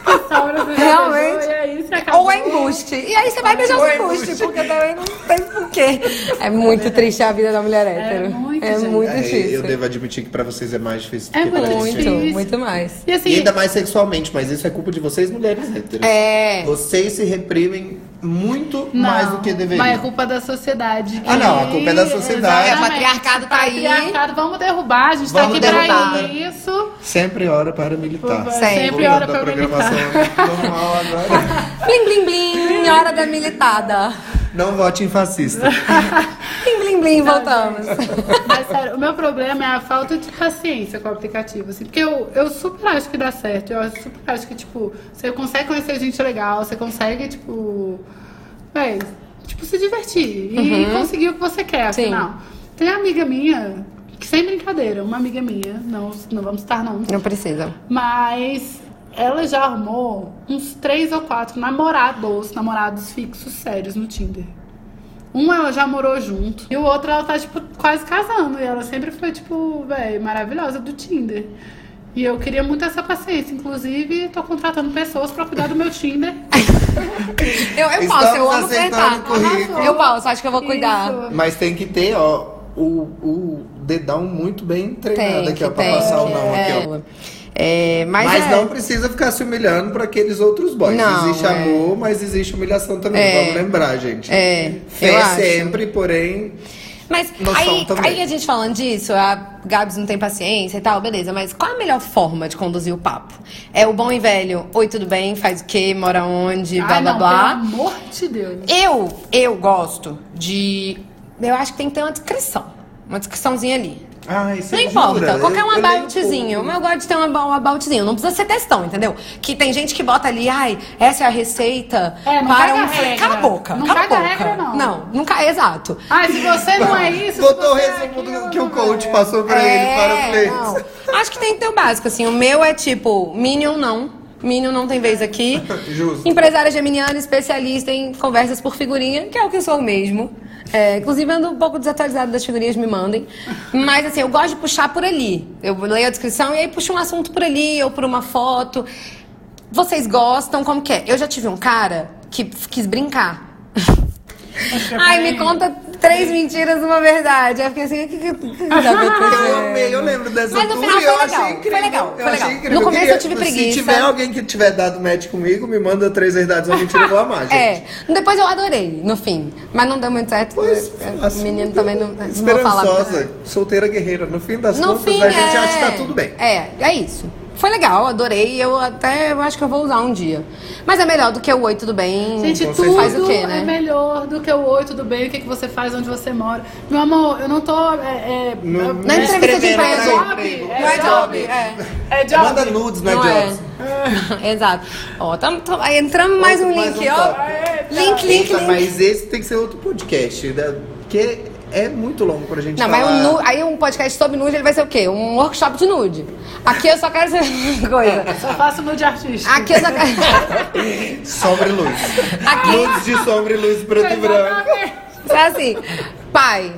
A: Realmente.
C: Realmente. E aí, você acabou.
A: Ou é embuste. E aí você vai beijar
B: Ou
A: os
B: é
A: embustes,
B: embuste.
A: porque também não tem porquê. [laughs] É muito triste a vida da mulher hétero.
C: muito,
A: é
C: gente.
A: muito
B: É,
A: difícil.
B: eu devo admitir que pra vocês é mais difícil do
C: É
B: que pra
C: muito
B: gente.
A: Muito,
C: difícil.
A: muito mais.
C: E assim,
B: E ainda mais sexualmente, mas isso é culpa de vocês, mulheres héteras.
A: É.
B: Vocês se reprimem muito
C: não,
B: mais do que deveriam.
C: Mas é culpa da sociedade.
B: Ah, não, a culpa é da sociedade.
A: É, o patriarcado tá aí.
C: Patriarcado, vamos derrubar, a gente
B: Vamos
C: tá aqui
B: derrubar. né?
C: pra isso.
B: Sempre hora para militar.
C: Sempre.
A: Sempre
C: hora
B: Voltando à
C: para
B: programação normal agora.
A: Blim, blim, blim. Hora da militada.
B: Não vote em fascista.
A: Blim, blim, blim. Voltamos.
C: Mas sério, o meu problema é a falta de paciência com o aplicativo, assim, porque eu, eu super acho que dá certo, eu super acho que, tipo, você consegue conhecer gente legal, você consegue, tipo, véi, tipo, se divertir e conseguir o que você quer,
A: Uhum. Sim.
C: afinal. Tem uma amiga minha, que sem brincadeira, uma amiga minha, não, não vamos citar nomes,
A: Não precisa.
C: mas ela já arrumou uns três ou quatro namorados, namorados fixos sérios no Tinder. Um ela já morou junto e o outro ela tá, tipo, quase casando. E ela sempre foi, tipo, velho, maravilhosa do Tinder. E eu queria muito essa paciência. Inclusive, tô contratando pessoas pra cuidar do meu Tinder.
A: Eu, eu
B: Estamos
A: posso, eu amo
B: aceitando
A: apertar.
B: currículo.
A: Eu posso, acho que eu [laughs] vou cuidar.
C: Isso.
B: Mas tem que ter, ó, o, o dedão muito bem treinado aqui, ó, pra passar o não
A: é.
B: aqui, ó.
A: É, mas,
B: Mas,
A: é,
B: não precisa ficar se humilhando pra aqueles outros boys.
A: Não,
B: existe
A: é.
B: amor, mas existe humilhação também.
A: É.
B: Vamos lembrar, gente.
A: É, eu
B: Fé
A: acho.
B: sempre, porém.
A: Mas
B: Noção
A: aí,
B: também.
A: aí a gente falando disso, a Gabs não tem paciência e tal, beleza. Mas qual é a melhor forma de conduzir o papo? É o bom e velho, oi, tudo bem, faz o quê, mora onde, blá,
C: Ai,
A: blá,
C: não,
A: blá.
C: pelo amor de Deus.
A: Eu, eu gosto de... Eu acho que tem que ter uma descrição. Uma descriçãozinha ali.
B: Ai, você
A: Não
B: jura?
A: importa,
B: Eu-
A: qualquer um
B: eu leio
A: aboutzinho.
B: pouco.
A: Mas eu gosto de ter um aba- um aboutzinho. Não precisa ser textão, entendeu? Que tem gente que bota ali, ai, essa é a receita
C: É, não
A: para
C: caga
A: um.
C: a regra.
A: Cala a boca.
C: Não
A: cala a
C: caga a
A: boca.
C: regra, não.
A: Não, nunca, exato.
C: Ai, se você não é isso, se
B: Botou o
C: você é
B: resumo do
C: aquilo,
B: que o
C: véi.
B: coach passou pra ele para o
A: É, não.
B: Flex.
A: Acho que tem que ter o básico, assim. O meu é tipo, Minion não. Minion não tem vez aqui.
B: [laughs] Justo.
A: Empresária geminiana, especialista em conversas por figurinha, que é o que eu sou mesmo. É, inclusive, ando um pouco desatualizada das figurinhas, me mandem. Mas, assim, eu gosto de puxar por ali. Eu leio a descrição e aí puxo um assunto por ali, ou por uma foto. Vocês gostam? Como que é? Eu já tive um cara que f- quis brincar. Ai, me conta três mentiras, uma verdade. Aí Eu fiquei assim, o que que- o que que dá
B: [laughs]
A: pra
B: Eu
A: fazer?
B: amei, eu lembro dessa
A: é. Mas no
B: tour
A: final
B: e eu
A: foi
B: achei
A: legal,
B: incrível.
A: foi legal,
B: eu
A: foi legal.
B: achei incrível.
A: No começo
B: queria-
A: eu tive preguiça.
B: Se tiver alguém que tiver dado match comigo, me manda três verdades ou mentira, eu vou amar, gente.
A: É, depois eu adorei, no fim. Mas não deu muito certo.
B: Pois,
A: É, o
B: assim,
A: menino também não, não vou falar.
B: Esperançosa, solteira guerreira. No fim das
A: No
B: contas,
A: fim,
B: a gente
A: é...
B: acha que tá tudo bem.
A: É, é isso. Foi legal, adorei. Eu até eu acho que eu vou usar um dia. Mas é melhor do que o oi, tudo bem.
C: Gente,
B: Hum, Com
C: tudo
B: certeza.
A: Faz o quê,
C: é
A: né?
C: melhor do que o oi, tudo bem, o que, que você faz, onde você mora. Meu amor, eu não tô. É, é,
B: Não-
C: eu-
B: não
A: Na entrevista de
B: escreveram,
A: emprego.
B: né? emprego.
A: Não é job, é.
C: É job.
B: Manda nudes, né,
A: Não é.
B: Jobs?
A: [laughs] Exato. Ó, tam, tam- aí entramos mais um
B: Mais
A: link,
B: um
A: ó.
B: tópico.
A: Link, link,
B: Eita,
A: link.
B: Mas esse tem que ser outro podcast, né? porque é muito longo pra gente
A: Não,
B: falar.
A: mas um nu- aí um podcast sobre nude, ele vai ser o quê? Um workshop de nude. Aqui eu só quero saber uma [laughs] coisa.
B: É.
C: Só faço no de artista.
A: Aqui eu só
B: [laughs]
A: quero...
B: Sombra e luz.
A: Aqui,
B: Nudes de sombra e luz, preto e branco.
C: Exatamente.
A: é assim, pai,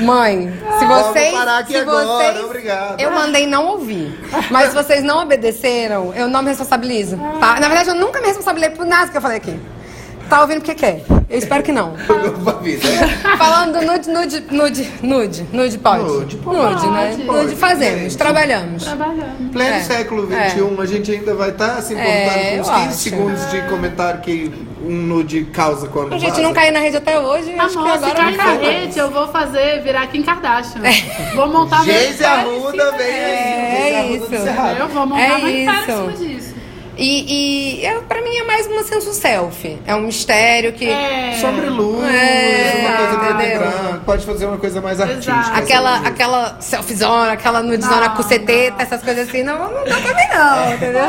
A: mãe, se vocês...
B: vou parar aqui
A: se
B: agora,
A: vocês-
B: obrigado.
A: Eu mandei não ouvir. Mas se vocês não obedeceram, eu não me responsabilizo, tá? Na verdade, eu nunca me responsabilizei por nada que eu falei aqui. Tá ouvindo porque quer. Eu espero que não. Falando do nude, nude, nude, nude, nude pode.
B: Nude, pode.
A: Nude, né?
C: Pode,
A: nude fazemos,
B: gente.
A: trabalhamos.
C: Trabalhando.
B: Pleno
A: É,
B: século
A: é.
B: XXI, a gente ainda vai estar se importando
A: É,
B: com os
A: eu
B: 15
A: acho.
B: segundos de comentário que um nude causa quando
A: A gente
B: vaza.
A: não caiu na rede até hoje, acho que
C: Amor, se
A: agora vai
C: cair na
A: cair.
C: rede, eu vou fazer virar Kim Kardashian.
A: tá
C: Vou montar meu
B: Geise
C: história em
B: Arruda
C: cima
B: vem
A: É,
B: aí, Geise Arruda do
A: isso.
B: Cerrado.
C: Eu vou montar
A: É
C: meu história em
A: isso.
C: cima disso.
A: E, e é, pra mim é mais um senso selfie. É um mistério que.
C: É.
B: Sobre luz,
A: É,
B: uma coisa preto e
A: entendeu?
B: branco. Pode fazer uma coisa mais
C: Exato.
B: artística.
A: Aquela,
B: sabe?
A: aquela selfiezona, aquela nudezona
C: Não,
A: com ceteta, essas coisas assim, não, não dá também não, entendeu?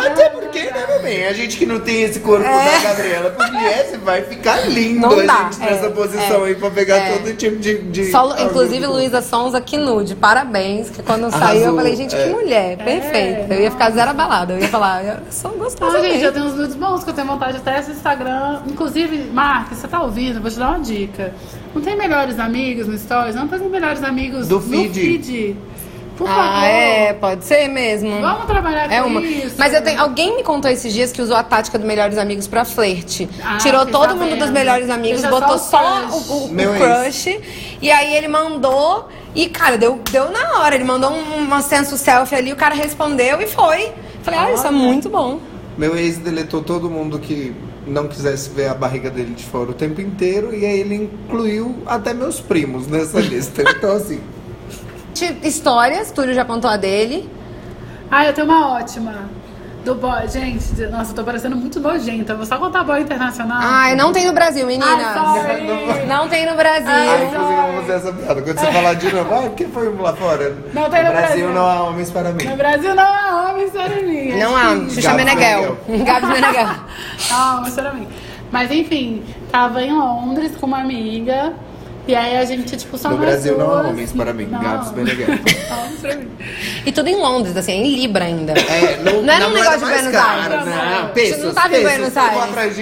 C: Ai,
B: Até porque, né, meu bem? A gente que não tem esse corpo da Gabriela Pugliese vai ficar lindo
A: É. Não
B: a
A: dá,
B: gente
A: é,
B: nessa posição aí pra pegar todo tipo de. de tipo.
A: Só, inclusive, Luísa Sonza, que nude, parabéns. Que quando saiu, eu falei, gente, que mulher, perfeita. Eu ia ficar zero abalada. Eu ia falar, eu sou
C: Ah,
A: gostosa.
C: gente,
A: mesmo.
C: eu tenho uns nudes bons que eu tenho vontade até esse Instagram. Inclusive, Marcos, você tá ouvindo? eu Vou te dar uma dica. Não tem melhores amigos no Stories? Não tem melhores amigos
B: Do
C: no
B: feed.
C: feed. Por
A: Ah,
C: favor.
A: é, pode ser mesmo.
C: Vamos trabalhar
A: É
C: com
A: uma.
C: isso.
A: Mas eu tenho, alguém me contou esses dias que usou a tática do Melhores Amigos pra flerte.
C: Ah,
A: Tirou
C: fiquei
A: todo
C: sabendo.
A: mundo dos Melhores Amigos,
C: Deixa
A: botou
C: só
A: só
C: o crush.
A: o, o- o
B: Meu
A: crush. E aí ele mandou. E, cara, deu, deu na hora. Ele mandou um, uma senso selfie ali, o cara respondeu e foi. Falei, ah, isso é muito bom.
B: Meu ex deletou todo mundo que não quisesse ver a barriga dele de fora o tempo inteiro e aí ele incluiu até meus primos [laughs] nessa lista. Então,
A: [laughs]
B: assim.
A: Ti- Histórias, Túlio já contou a dele.
C: Ah, eu tenho uma ótima. Do boy. Gente, nossa, eu tô parecendo muito nojenta. Eu Vou só contar boy internacional.
A: Ai, não tem no Brasil, meninas.
C: Ai, Ah. sorry.
A: Não tem no Brasil.
B: Ah,
C: Ai.
B: inclusive, eu vou fazer essa piada. Quando você falar de novo, ah, quem foi lá fora?
C: Não tem no
B: no Brasil
C: Brasil.
B: não há homens para mim.
C: No Brasil não há homem, sério minha.
A: Não há. Xuxa
B: Gabs
A: Meneghel. Gabs Meneghel.
C: Ah, mas era mim. Mas enfim, tava em Londres com uma amiga. E aí a gente, tipo, só
B: No
C: nós
B: Brasil não há
C: duas.
B: homens para mim.
C: Não.
B: Gabs Meneghel.
C: Não, homens pra mim.
A: E tudo em Londres, assim, em Libra ainda.
B: É,
A: Não era
B: na
A: um
B: moeda
A: negócio de
B: mais
A: Buenos
B: cara,
C: Aires.
B: Não,
C: Não.
B: pesos,
A: Você não tava em
B: pesos.
A: Buenos
B: Eu vou
A: Aires. É.
B: atrás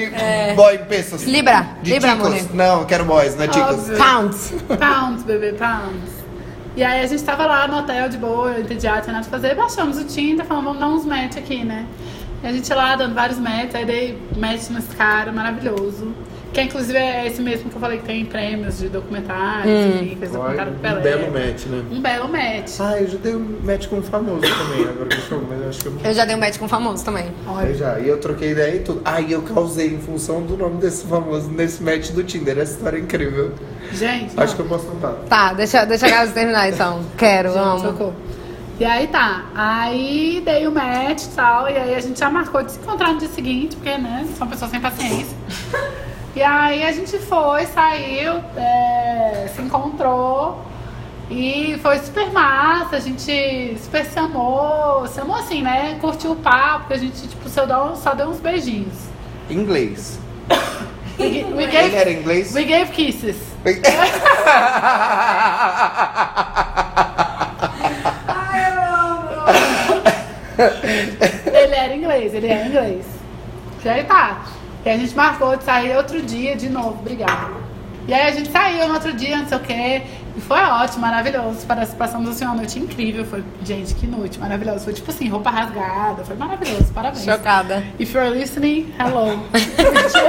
B: de boy, pesos.
A: Libra,
B: De
A: libra,
B: ticos.
A: mulher.
B: Não, eu quero boys, não é ticos.
C: Óbvio.
A: Pounds.
C: Pounds, bebê, pounds. E aí a gente tava lá no hotel de boa, entediado, sem nada pra fazer, baixamos o Tinder, falamos, vamos dar uns match aqui, né? E a gente lá dando vários match, aí dei match nesse cara, maravilhoso. Que inclusive é esse mesmo que eu falei que tem prêmios de documentários, enfim, fez documentário do Pelé.
B: Um belo match, né?
C: Um belo match.
B: Ah, eu já dei um match com um famoso também, agora que eu chamo, mas eu acho que eu não
A: Eu já dei um match com famoso também.
B: Eu já, e eu troquei ideia e tudo. Ah, e eu causei em função do nome desse famoso nesse match do Tinder. Essa história é incrível.
C: Gente,
B: Acho
C: não.
B: que eu posso contar.
A: Tá, deixa, deixa a Gabs terminar então. Quero, amo.
C: Socorro. E aí tá, aí dei o match e tal, e aí a gente já marcou de se encontrar no dia seguinte, porque, né, são pessoas sem paciência. e aí a gente foi, saiu, é, se encontrou, e foi super massa, a gente super se amou, se amou assim, né, curtiu o papo, porque a gente, tipo, só deu, só deu uns beijinhos.
B: Inglês.
C: We, gi- we
B: Ele é era
C: gave,
B: inglês?
C: we gave kisses. Ele era inglês, ele era inglês. E aí tá. E a gente marcou de sair outro dia de novo, obrigada. E aí a gente saiu no outro dia, não sei o quê. E foi ótimo, maravilhoso. Parece que passamos assim uma noite incrível. Foi, gente, que noite, maravilhoso. Foi tipo assim, roupa rasgada, foi maravilhoso, parabéns.
A: Chocada.
C: If you're listening, hello.
B: [laughs]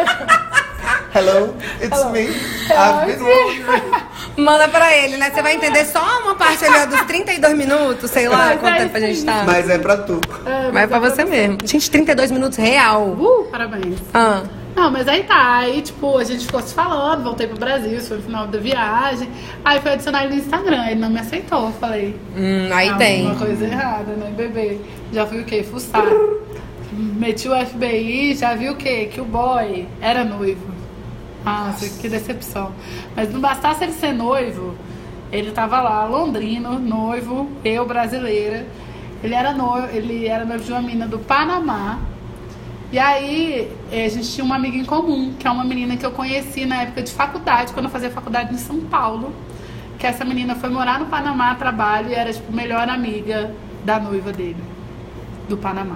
B: Hello, it's me. I've been wondering.
A: Manda pra ele, né? Você vai entender só uma parte ali ó, dos 32 minutos, sei lá,
C: Mas
A: quanto
C: é
A: tempo a gente
C: isso
A: tá. Mas,
B: Mas é pra tu.
C: É,
A: é pra você mesmo. Gente, 32 minutos real.
C: Uh, parabéns.
A: Ah,
C: Não, mas aí tá. Aí, tipo, a gente ficou se falando, voltei pro Brasil, isso foi no final da viagem. Aí foi adicionar ele no Instagram, ele não me aceitou. Eu falei,
A: hum, aí
C: Ah,
A: tem.
C: Uma coisa errada, né, bebê? Já fui o quê? Fuçar. Meti o FBI, já vi o quê? Que o boy era noivo. Nossa, que decepção. Mas não bastasse ele ser noivo, ele tava lá, londrino, noivo, eu brasileira. Ele era noivo, ele era noivo de uma menina do Panamá. E aí, eh, a gente tinha uma amiga em comum, que é uma menina que eu conheci na época de faculdade, quando eu fazia faculdade em São Paulo. Que essa menina foi morar no Panamá a trabalho e era, tipo, melhor amiga da noiva dele, do Panamá.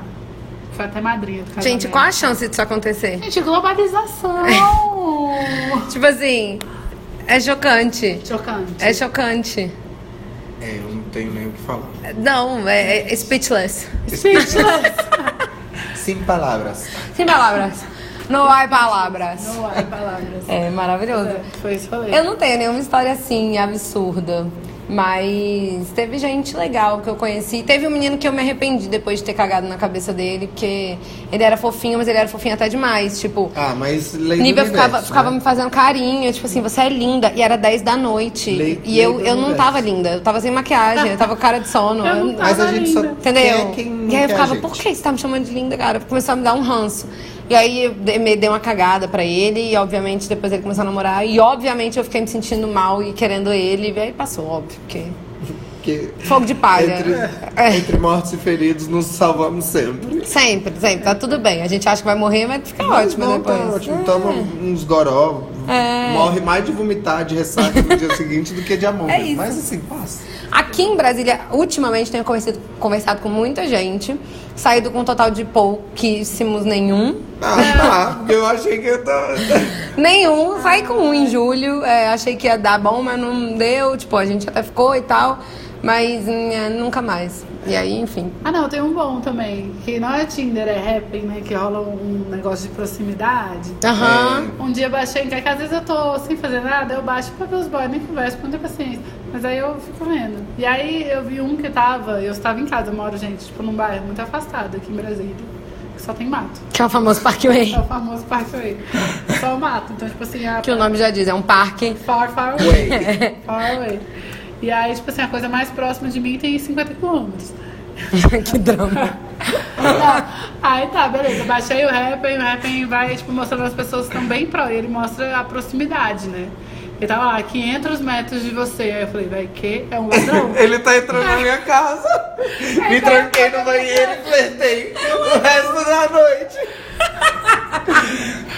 C: Foi até madrinha do casamento.
A: Gente, qual a chance disso acontecer?
C: Gente, globalização!
A: [laughs] Tipo assim, é chocante.
C: Chocante.
A: É chocante.
B: É, eu não tenho nem o que falar.
A: Não, é, é speechless.
C: Speechless.
B: Sem palavras.
A: Sem palavras. Não há palavras.
C: [laughs] Não há palavras.
A: É maravilhoso.
C: É, Foi isso que eu falei.
A: Eu não tenho nenhuma história assim absurda. Mas teve gente legal que eu conheci. Teve um menino que eu me arrependi depois de ter cagado na cabeça dele, porque ele era fofinho, mas ele era fofinho até demais. Tipo,
B: Ah, mas lei do
A: Nível
B: universo,
A: ficava,
B: né?
A: ficava me fazendo carinho, tipo assim, você é linda. E era 10 da noite.
B: Lei-
A: e
B: lei
A: eu,
B: do
A: eu não
B: universo.
A: tava linda, eu tava sem maquiagem, eu tava com cara de sono.
C: Eu não
B: Mas a
C: Tava
B: gente só
C: linda.
A: Ah, Entendeu?
B: quer quem não
A: e aí eu
B: quer a
A: ficava,
B: gente.
A: por que você tá me chamando de linda, cara? Começou a me dar um ranço. E aí eu dei- me dei uma cagada pra ele, e obviamente depois ele começou a namorar. E obviamente eu fiquei me sentindo mal e querendo ele. E aí passou, óbvio, porque.
B: Porque
A: Fogo de palha.
B: entre,
A: É.
B: [laughs] entre mortos e feridos nos salvamos sempre.
A: Sempre, sempre. Tá tudo bem. A gente acha que vai morrer, mas fica ótimo
B: Não,
A: depois. É.
B: Tá ótimo. Toma uns goró. Morre mais de vomitar, de ressaca no dia seguinte do que de amor.
A: É isso.
B: Mas assim, passa.
A: Aqui em Brasília, ultimamente, tenho conhecido- conversado com muita gente. Saído com um total de pouquíssimos nenhum.
B: Ah, tá. Porque eu achei que eu tava. [laughs]
A: Nenhum, saí com um em julho. é, achei que ia dar bom, mas não deu. Tipo, a gente até ficou e tal. Mas hum, é, nunca mais. E aí, enfim.
C: Ah, não, tem um bom também. Que não é Tinder, é Happn, né? Que rola um negócio de proximidade.
A: Aham.
C: Um dia eu baixei, que às vezes eu tô sem fazer nada, eu baixo pra ver os boys, nem converso, porque não tenho paciência. Mas aí eu fico vendo. E aí eu vi um que tava, eu estava em casa, eu moro, gente, tipo, num bairro muito afastado aqui em Brasília, que só tem mato.
A: Que é o famoso Parkway.
C: É o famoso
A: [laughs]
C: Parkway. Só o mato. Então, tipo assim, a
A: Que o nome já diz, é um parque.
C: far, far away. far away. E aí, tipo assim, a coisa mais próxima de mim tem 50 quilômetros.
A: [laughs] que drama.
C: Tá. Aí tá, beleza. Baixei o Happn, o Happn vai, tipo, mostrando as pessoas que estão bem pró. E ele mostra a proximidade, né? Ele tava lá, 500 metros de você. Aí eu falei, vai, que? É um
A: [laughs]
C: ladrão?
B: Ele tá entrando na minha
C: [laughs]
B: casa. Me tranquei no banheiro e flertei o resto da noite.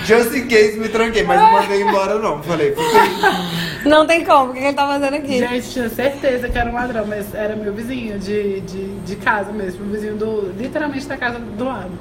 B: Just in case me tranquei, mas não mandei embora não. Falei, fiquei-
A: Não tem como, o que que ele tá fazendo aqui?
C: Gente, tinha certeza que era um ladrão, mas era meu vizinho de, de, de casa mesmo. Meu vizinho do, literalmente da casa do lado.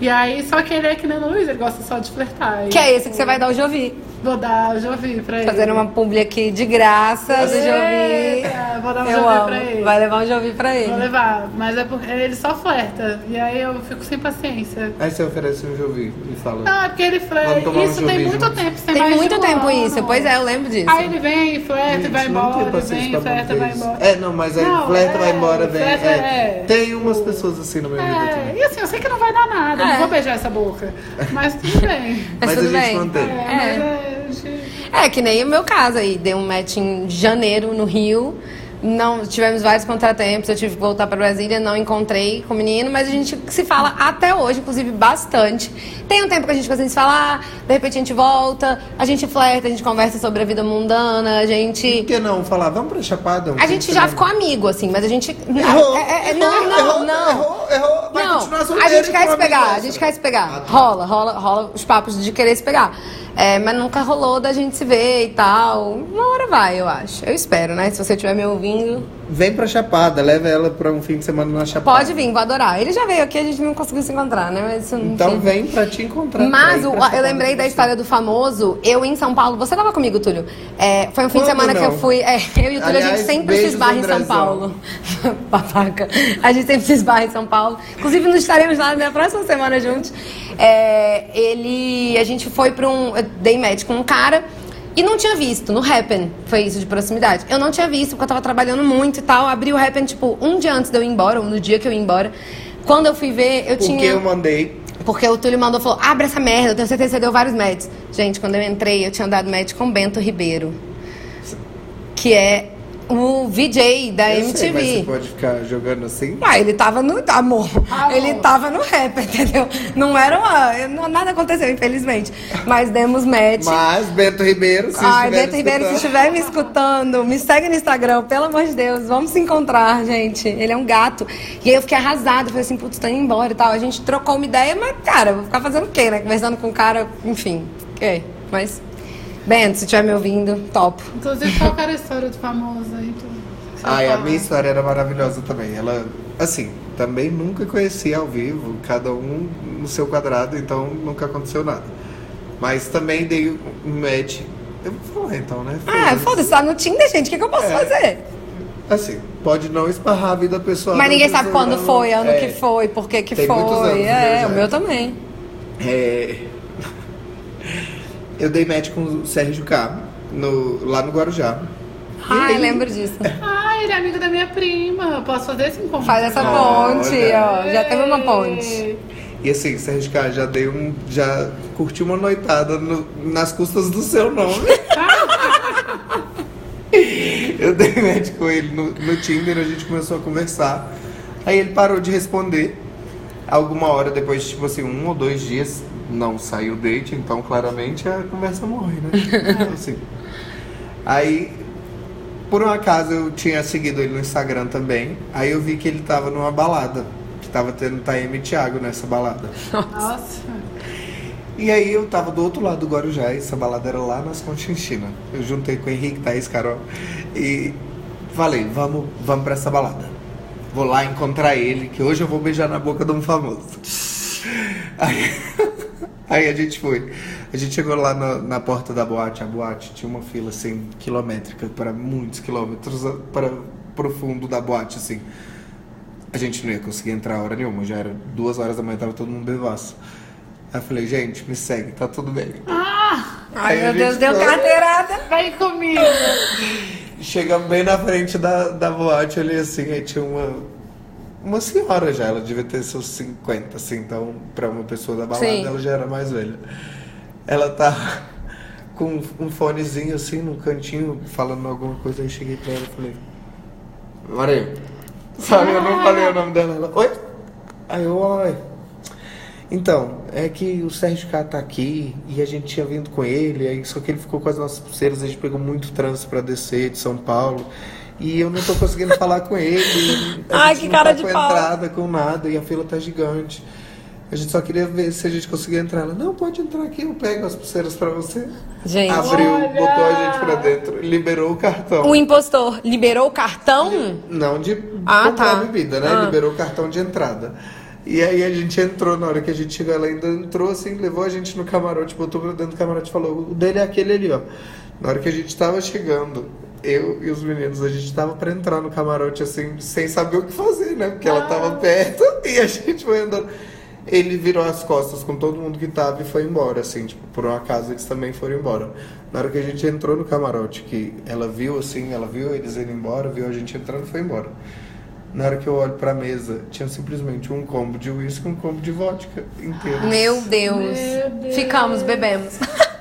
C: E aí, só que ele é que nem o Luiz, ele gosta só de flertar. E
A: Que é esse que você vai dar o Jovi.
C: Vou dar o Jovi pra ele.
A: Fazendo uma publi aqui de graça do Jovi.
C: Eita, Vou dar um
A: Eu
C: Jovi pra ele.
A: amo. Vai levar um Jovi pra
C: Vou
A: ele.
C: levar, mas é porque ele só flerta. E aí eu fico sem paciência.
B: Aí você oferece um jovi e fala.
C: Não, é porque ele
B: Vamos
C: flerta.
B: tomar um
C: Isso tem
B: chuvisco.
C: muito tempo, isso tem,
A: Tem
C: mais de
A: muito
C: um
A: tempo
C: ano.
A: isso, pois é, eu lembro disso.
C: Aí ele vem, flerta e é, vai
B: Gente, não
C: embora,
B: tem
C: ele
B: paciência
C: vem,
B: pra
C: flerta
B: manter
C: vai
B: isso.
C: embora.
B: É, não, mas aí
C: Não,
B: flerta vai
C: é,
B: embora, vem.
C: flerta,
B: é.
C: é.
B: Tem umas pessoas assim no meu vida
C: É,
B: também.
C: e assim, eu sei que não vai dar nada,
A: É.
C: não vou beijar essa boca.
A: [laughs]
C: Mas tudo bem.
A: Mas
B: Mas,
A: tudo
B: a gente
A: bem.
B: mantém.
C: É, mas é, gente,
A: É, que nem o meu caso aí. Dei um match em janeiro no Rio. Não, tivemos vários contratempos, eu tive que voltar pra Brasília, não encontrei com o menino, mas a gente se fala até hoje, inclusive bastante. Tem um tempo que a gente fica sem se falar, de repente a gente volta, a gente flerta, a gente conversa sobre a vida mundana, a gente.
B: Por que não falar, vamos pra Chapada? um
A: A
B: fim de
A: gente já
B: semana?
A: ficou amigo, assim, mas a gente.
B: Errou.
A: É, é, é, não,
B: errou,
A: não,
B: errou,
A: não.
B: Errou, errou. Vai
A: Não,
B: continuar solteiro
A: a gente
B: e
A: quer
B: com
A: se
B: uma
A: pegar, a
B: vingança.
A: gente quer se pegar.
B: Ah, tá.
A: Rola, rola, rola os papos de querer se pegar. É, mas nunca rolou da gente se ver e tal. Uma hora vai, eu acho. Eu espero, né? Se você estiver me ouvindo,
B: Vem pra Chapada, leva ela pra um fim de semana na Chapada.
A: pode vir, vou adorar. Ele já veio aqui, a gente não conseguiu se encontrar, né? Mas isso não
B: Então vem pra te encontrar.
A: Mas
B: vem
A: o-
B: pra Chapada
A: eu lembrei da história do famoso. Eu em São Paulo, você tava comigo, Túlio. É, foi um fim de
B: Quando
A: semana que eu
B: não?
A: fui. é, [laughs] eu e o Túlio, a
B: Aliás,
A: gente sempre se
B: beijos,
A: esbarra em São
B: Andrezão.
A: Paulo. [laughs] Babaca. A gente sempre se esbarra em São Paulo. Inclusive, nós estaremos lá na próxima semana juntos. É, ele. A gente foi pra um. Eu dei match com um cara. E não tinha visto, no Happen, foi isso de proximidade. Eu não tinha visto, porque eu tava trabalhando muito e tal. Abri o Happen, tipo, um dia antes de eu ir embora, ou no dia que eu ia embora. Quando eu fui ver, eu
B: Porque
A: tinha.
B: eu mandei.
A: Porque o Túlio mandou, falou, abre essa merda, eu tenho certeza que você deu vários meds. Gente, quando eu entrei, eu tinha dado med com Bento Ribeiro. Que é o VJ da
B: eu sei, mas você
A: MTV.
B: pode ficar jogando assim?
A: Ah, ele tava no. Amor,
C: Amor.
A: ele tava no rap, [laughs] entendeu? Não era uma. não- Nada aconteceu, infelizmente. Mas demos match.
B: Mas Beto Ribeiro, se
A: Ai,
B: estiver
A: Bento Ribeiro, se
B: escutando-
A: estiver me escutando, me segue no Instagram, pelo amor de Deus. Vamos se encontrar, gente. Ele é um gato. E aí eu fiquei arrasada, falei assim, putz, tô indo embora e tal. A gente trocou uma ideia, mas, cara, vou ficar fazendo o quê, né? Conversando com o cara, enfim. É, mas... Bento, se estiver me ouvindo, topo.
C: Inclusive, qual que era a história do famoso aí? tu-
B: Ai, a
C: Fala.
B: minha história era maravilhosa também. Ela, assim, também nunca conheci ao vivo, cada um no seu quadrado, então nunca aconteceu nada. Mas também dei um match. Eu vou falar então, né?
A: Ah, foda-se, tá no Tinder, gente. O que, que eu posso
B: É,
A: fazer?
B: Assim, pode não esparrar a vida pessoal.
A: mas
B: da
A: ninguém sabe
B: pessoa,
A: quando
B: tá não.
A: foi, ano
B: É.
A: que foi, por que que
B: Tem
A: foi.
B: muitos anos,
A: é,
B: né,
A: o
B: já.
A: meu também.
B: É... Eu dei match com o Sérgio K no- lá no Guarujá.
A: Ai, lembro disso.
C: Ai, ele é amigo da minha prima. Eu Posso fazer esse encontro?
A: Faz
B: [laughs] Ah,
A: essa ponte, ó. Já teve uma ponte.
C: Ei.
B: E assim, Sérgio K já dei um. já curti uma noitada no- nas custas do seu nome. [laughs] Eu dei match com ele no, no Tinder, a gente começou a conversar. Aí ele parou de responder. Alguma hora depois, tipo assim, um ou dois dias, não saiu o date, então claramente a conversa morre, né? Então, assim. Aí por um acaso, eu tinha seguido ele no Instagram também. Aí eu vi que ele tava numa balada. Que tava tendo Taeme e Thiago nessa balada.
C: Nossa.
B: E aí eu tava do outro lado do Guarujá, e essa balada era lá nas Conchinchinas. Eu juntei com o Henrique, Thaís, Carol. E falei, vamos, vamos pra essa balada. Vou lá encontrar ele, que hoje eu vou beijar na boca de um famoso. [laughs] Aí, [laughs] aí a gente foi. A gente chegou lá na, na porta da boate. A boate tinha uma fila, assim, quilométrica, para muitos quilômetros, para pro fundo da boate, assim. A gente não ia conseguir entrar a hora nenhuma, já era duas horas da manhã, tava todo mundo bebaço. Aí eu falei, gente, me segue, tá tudo bem.
A: Ai,
B: Aí a
A: meu Deus,
B: gente
A: deu
B: foi.
A: carteirada.
C: Vem comigo.
B: Chegamos bem na frente da, da boate ali, assim, aí tinha uma. Uma senhora já, ela devia ter seus 50, assim, então, pra uma pessoa da balada,
A: Sim.
B: ela já era mais velha. Ela tá com um fonezinho, assim, no cantinho, falando alguma coisa, aí cheguei pra ela e falei. Maria. Sabe, eu não falei o nome dela, ela. Oi? Aí eu, oi. Então, é que o Sérgio K tá aqui e a gente tinha vindo com ele, aí só que ele ficou com as nossas pulseiras, a gente pegou muito trânsito pra descer de São Paulo. E eu não tô conseguindo falar com
A: [laughs]
B: ele. A
A: Ai,
B: gente
A: que
B: não
A: cara
B: tá
A: de
B: com
A: pau.
B: entrada, com nada, e a fila tá gigante. A gente só queria ver se a gente conseguia entrar. Ela, não, pode entrar aqui, eu pego as pulseiras pra você.
A: Gente.
B: Abriu,
C: Olha!
B: botou a gente pra dentro, liberou o cartão.
A: O impostor liberou o cartão?
B: Não de
A: Ah,
B: comprar
A: tá.
B: a bebida, né?
A: Ah.
B: Liberou o cartão de entrada. E aí a gente entrou, na hora que a gente chegou, ela ainda entrou assim, levou a gente no camarote, botou pra dentro do camarote e falou, o dele é aquele ali, ó. Na hora que a gente tava chegando, eu e os meninos, a gente tava pra entrar no camarote assim, sem saber o que fazer, né? Porque ela tava perto [laughs] e a gente foi andando. Ele virou as costas com todo mundo que tava e foi embora, assim, tipo, por um acaso eles também foram embora. Na hora que a gente entrou no camarote, que ela viu assim, ela viu eles indo embora, viu a gente entrando e foi embora. Na hora que eu olho pra mesa, tinha simplesmente um combo de uísque e um combo de vodka inteiro.
A: Ah, Meu Deus.
C: Meu Deus.
A: Ficamos, bebemos.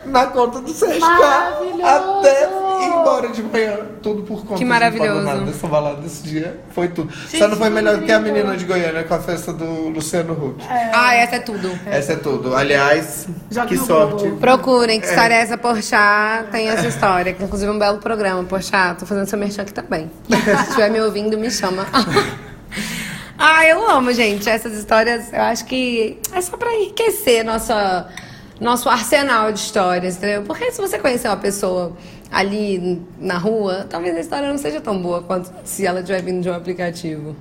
B: Na conta do Sérgio
C: Maravilhoso!
B: até ir embora de manhã. Tudo por conta.
A: Que maravilhoso.
B: Não pagou nada dessa balada desse dia. Foi tudo. Só
C: Gente,
B: não foi
C: que
B: melhor que a
C: incrível.
B: menina de Goiânia com a festa do Luciano Huck.
A: Ah, essa é tudo.
B: Essa é tudo. Aliás,
C: Joga
B: que
C: no
B: sorte.
C: Google.
A: Procurem, que história é essa, Porchat? Tem essa história, que inclusive é um belo programa, Porchat. Tô fazendo seu merchan aqui
B: [laughs]
A: também. Se estiver me ouvindo, me chama. [laughs] ah, eu amo, gente. Essas histórias, eu acho que é só pra enriquecer nossa, nosso arsenal de histórias, entendeu? Porque se você conhecer uma pessoa ali na rua, talvez a história não seja tão boa quanto se ela estiver vindo de um aplicativo.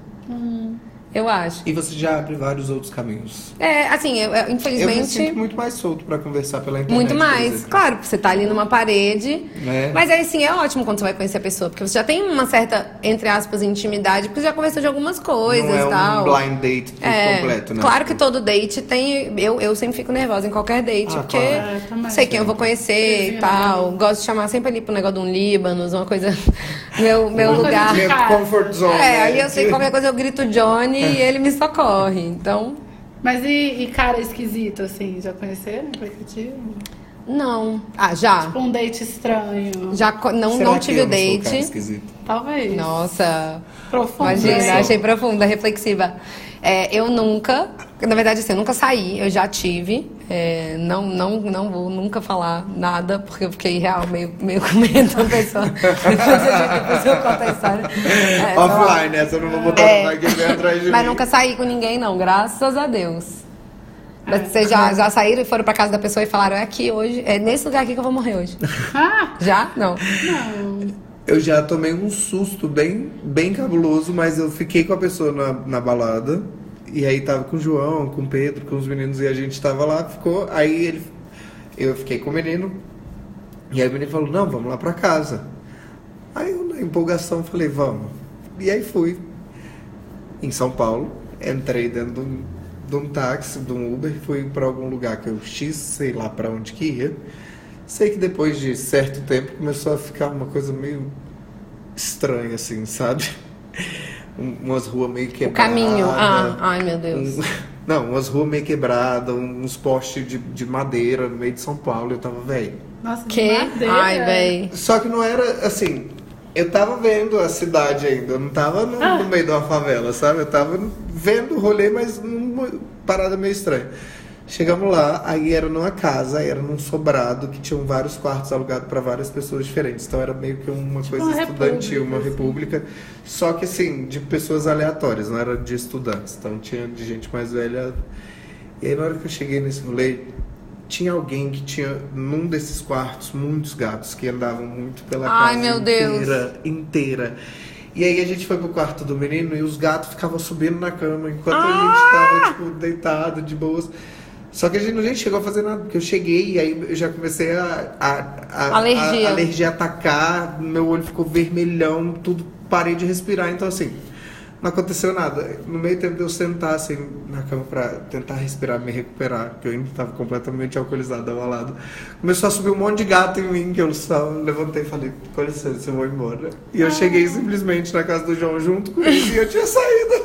A: Eu acho.
B: E você já abre vários outros caminhos.
A: É, assim, eu- eu,
B: Eu me
A: infelizmente...
B: sinto muito mais solto pra conversar pela internet.
A: Muito
B: por
A: mais,
B: exemplo.
A: claro, porque você tá ali numa parede.
B: É.
A: Mas aí sim, é ótimo quando você vai conhecer a pessoa, porque você já tem uma certa, entre aspas, intimidade, porque você já conversou de algumas coisas
B: Não é
A: e tal.
B: um blind date por
A: É,
B: completo, né?
A: Claro que todo date tem. Eu, eu sempre fico nervosa em qualquer date,
B: Ah,
A: porque
B: claro.
C: É, também. né?
A: sei quem eu vou conhecer e
C: Sim.
A: tal. Gosto de chamar sempre ali pro negócio de um Líbanos, uma coisa. [laughs] Meu, meu
C: Uma coisa
A: um lugar.
C: de
B: Minha comfort zone.
A: É,
B: né? É.
A: aí eu sei que qualquer coisa eu grito Johnny e ele me socorre. Então,
C: Mas e, e cara esquisito, assim? Já conheceram o aplicativo?
A: não. Ah, já.
C: Um date estranho.
A: Já co- não,
B: Será
A: não
B: que
A: tive
B: eu
A: o
B: não sou um cara
A: date.
B: esquisito?
C: Talvez.
A: Nossa,
C: Profundo. Assim?
A: imagina,
B: Reflexão.
A: achei profunda, reflexiva. É, eu nunca, na verdade assim, eu nunca saí, eu já tive. É, não, não, não vou nunca falar nada, porque eu fiquei real, meio, meio com medo da pessoa. [laughs] Depois eu, depois eu conto a história.
B: [laughs]
A: É, sei lá.
B: Offline, essa eu não vou botar
A: É.
B: no bag vem atrás de
A: Mas
B: mim.
A: nunca saí com ninguém, não, graças a Deus. Mas vocês já, já saíram e foram pra casa da pessoa e falaram, é aqui hoje, é nesse lugar aqui que eu vou morrer hoje.
C: Ah,
A: Já? Não.
C: não.
B: Eu já tomei um susto bem, bem cabuloso, mas eu fiquei com a pessoa na, na balada. E aí tava com o João, com o Pedro, com os meninos, e a gente tava lá, ficou. Aí ele, eu fiquei com o menino. E aí o menino falou: Não, vamos lá pra casa. Aí eu, na empolgação, falei: Vamos. E aí fui em São Paulo, entrei dentro de um, de um táxi, de um Uber, fui pra algum lugar que eu X, sei lá pra onde que ia. Sei que depois de certo tempo começou a ficar uma coisa meio estranha, assim, sabe? [laughs] Um- umas ruas meio
A: O
B: quebradas.
A: caminho. Ah, ai meu Deus.
B: Um- [laughs] não, umas ruas meio quebradas, um- uns postes de, de madeira no meio de São Paulo, eu tava velho.
C: Nossa,
A: Que?
C: de madeira.
A: Ai, véi.
B: Só que não era assim. Eu tava vendo a cidade ainda, eu não tava no,
C: Ah.
B: no meio de uma favela, sabe? Eu tava vendo o rolê, mas numa parada meio estranha. Chegamos lá, aí era numa casa, era num sobrado que tinham vários quartos alugados para várias pessoas diferentes. Então era meio que uma coisa
C: Tipo uma
B: estudantil, uma
C: república,
B: república. Só que assim, de pessoas aleatórias, não era de estudantes. Então tinha de gente mais velha. E aí na hora que eu cheguei nesse rolê, tinha alguém que tinha num desses quartos muitos gatos que andavam muito pela
A: Ai,
B: casa
A: meu Deus.
B: inteira inteira. E aí a gente foi pro quarto do menino e os gatos ficavam subindo na cama enquanto
A: Ah!
B: a gente tava, tipo, deitado, de boas. Só que a gente não chegou a fazer nada, porque eu cheguei e aí eu já comecei a, a, a
A: Alergia.
B: a- a alergia atacar, meu olho ficou vermelhão, tudo, parei de respirar, então assim, não aconteceu nada. No meio tempo de eu sentar assim na cama pra tentar respirar, me recuperar, que eu ainda tava completamente alcoolizado, abalado. Começou a subir um monte de gato em mim, que eu só levantei e falei, com licença, eu vou embora. E
A: Ah.
B: eu cheguei simplesmente na casa do João junto com ele e eu tinha saído.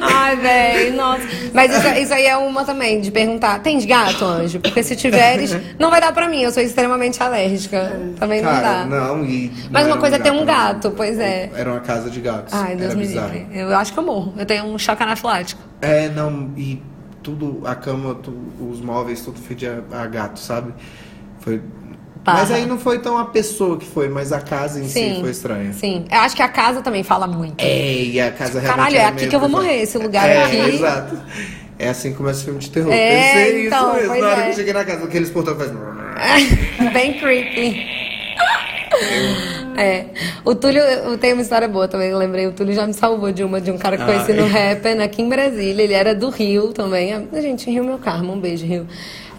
A: Ai, velho, nossa. Mas isso, isso aí é uma também, de perguntar. Tem de gato, anjo? Porque se tiveres, não vai dar pra mim. Eu sou extremamente alérgica. Também não
B: Cara,
A: dá.
B: não, e. não
A: um Mas uma
B: era
A: coisa é ter um
B: era
A: gato, pois é.
B: Era uma casa de gatos.
A: Ai, Deus
B: era
A: me
B: é bizarro.
A: livre. Eu acho que eu morro. Eu tenho um choque anafilático.
B: É, não, e tudo, a cama, tu- os móveis, tudo fedia a gato, sabe? Foi.
A: Barra.
B: Mas aí não foi tão a pessoa que foi, mas a casa em si foi estranha.
A: Sim. Eu acho que a casa também fala muito.
B: É, e a casa realmente.
A: Caralho, é
B: era
A: aqui
B: meio
A: que eu vou
B: bizarra.
A: morrer, esse lugar
B: é,
A: aqui.
B: Exato. É assim que começa o filme de terror.
A: É,
B: Pensei
A: então,
B: isso mesmo.
A: pois
B: Na hora
A: é.
B: que eu cheguei na casa, aqueles portões fazem.
A: Bem creepy. É. O Túlio, eu tenho uma história boa também, eu lembrei. O Túlio já me salvou de uma, de um cara que eu conheci no Happen aqui em Brasília. Ele era do Rio também. Ah, Gente, Rio meu carmo, um beijo, Rio.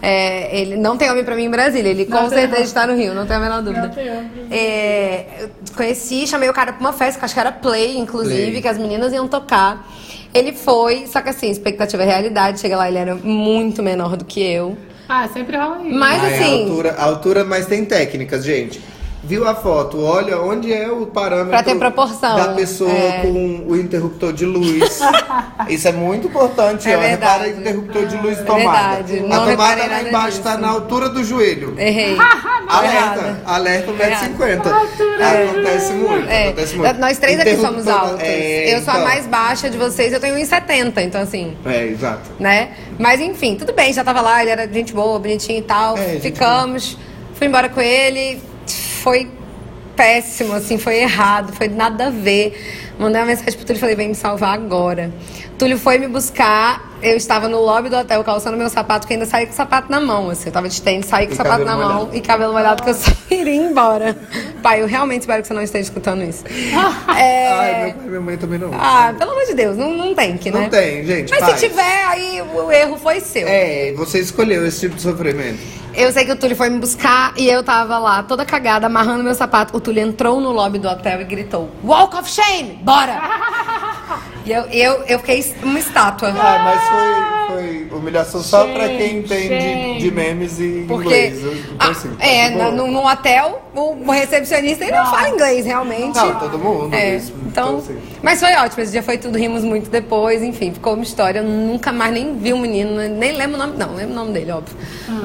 A: É, ele não tem homem pra mim em Brasília, ele
C: Não
A: com
C: tem
A: certeza está no Rio, não tenho a menor dúvida.
C: Não tem homem pra mim.
A: É, eu conheci, chamei o cara pra uma festa, que acho que era Play, inclusive,
B: Play.
A: que as meninas iam tocar. Ele foi, só que assim, expectativa é realidade. Chega lá, ele era muito menor do que eu.
C: Ah, sempre rola isso.
A: Mas
B: Ah, é
A: assim.
B: a altura, a altura, mas tem técnicas, gente. Viu a foto, olha onde é o parâmetro
A: Pra ter proporção,
B: da pessoa
A: é.
B: com o interruptor de
A: [laughs]
B: luz. Isso é muito importante,
A: É
B: ó.
A: verdade. É
B: Repara o interruptor de luz tomada.
A: verdade,
B: a
A: não
B: tomada
A: reparei
B: lá
A: nada
B: embaixo está
A: disso. É. Tá
B: na altura do joelho.
A: Errei.
B: Alerta,
A: errada.
B: alerta
A: Errada.
B: 1,50m.
C: Altura.
B: Acontece muito,
A: É,
B: acontece muito.
A: Nós três aqui somos
B: Interruptor-
A: altos.
B: É,
A: eu sou a
B: então.
A: mais baixa de vocês, eu tenho 1,70, então assim,
B: É, exato.
A: né? Mas enfim, tudo bem, já tava lá, ele era gente boa, bonitinho e tal.
B: É, gente
A: Ficamos, fui embora com ele, foi péssimo, assim, foi errado, foi nada a ver. Mandei uma mensagem pro Túlio e falei, vem me salvar agora. Túlio foi me buscar, eu estava no lobby do hotel calçando meu sapato, que ainda saí com o sapato na mão, assim, eu tava de tênis, saí com o
B: E
A: sapato na
B: cabelo
A: mão
B: molhado.
A: e cabelo molhado que eu só [laughs] iria embora. Pai, eu realmente espero que você não esteja escutando isso.
B: [laughs] Ai,
A: É...
B: meu pai e minha mãe também não.
A: Ah, pelo amor de Deus, não, não tem que,
B: não
A: né?
B: tem, gente.
A: Mas
B: paz.
A: se tiver, aí o erro foi seu.
B: É, você escolheu esse tipo de sofrimento.
A: Eu sei que o Túlio foi me buscar e eu tava lá, toda cagada, amarrando meu sapato. O Túlio entrou no lobby do hotel e gritou: Walk of Shame! Bora! [laughs] e eu, eu, eu fiquei uma estátua.
B: Ah, mas foi, foi humilhação só
C: Gente,
B: pra quem entende
C: gente.
B: de memes e
A: Porque.
B: inglês. Eu-
A: Ah,
B: então, assim, tá
A: é,
B: de boa.
A: na- num, num hotel, o recepcionista ele não fala inglês, realmente.
B: Não, tá todo mundo.
A: É,
B: isso.
A: então,
B: assim,
A: mas foi ótimo, esse dia foi tudo, rimos muito depois, enfim, ficou uma história, eu nunca mais nem vi o menino, né, nem lembro o nome, não, lembro o nome dele, óbvio.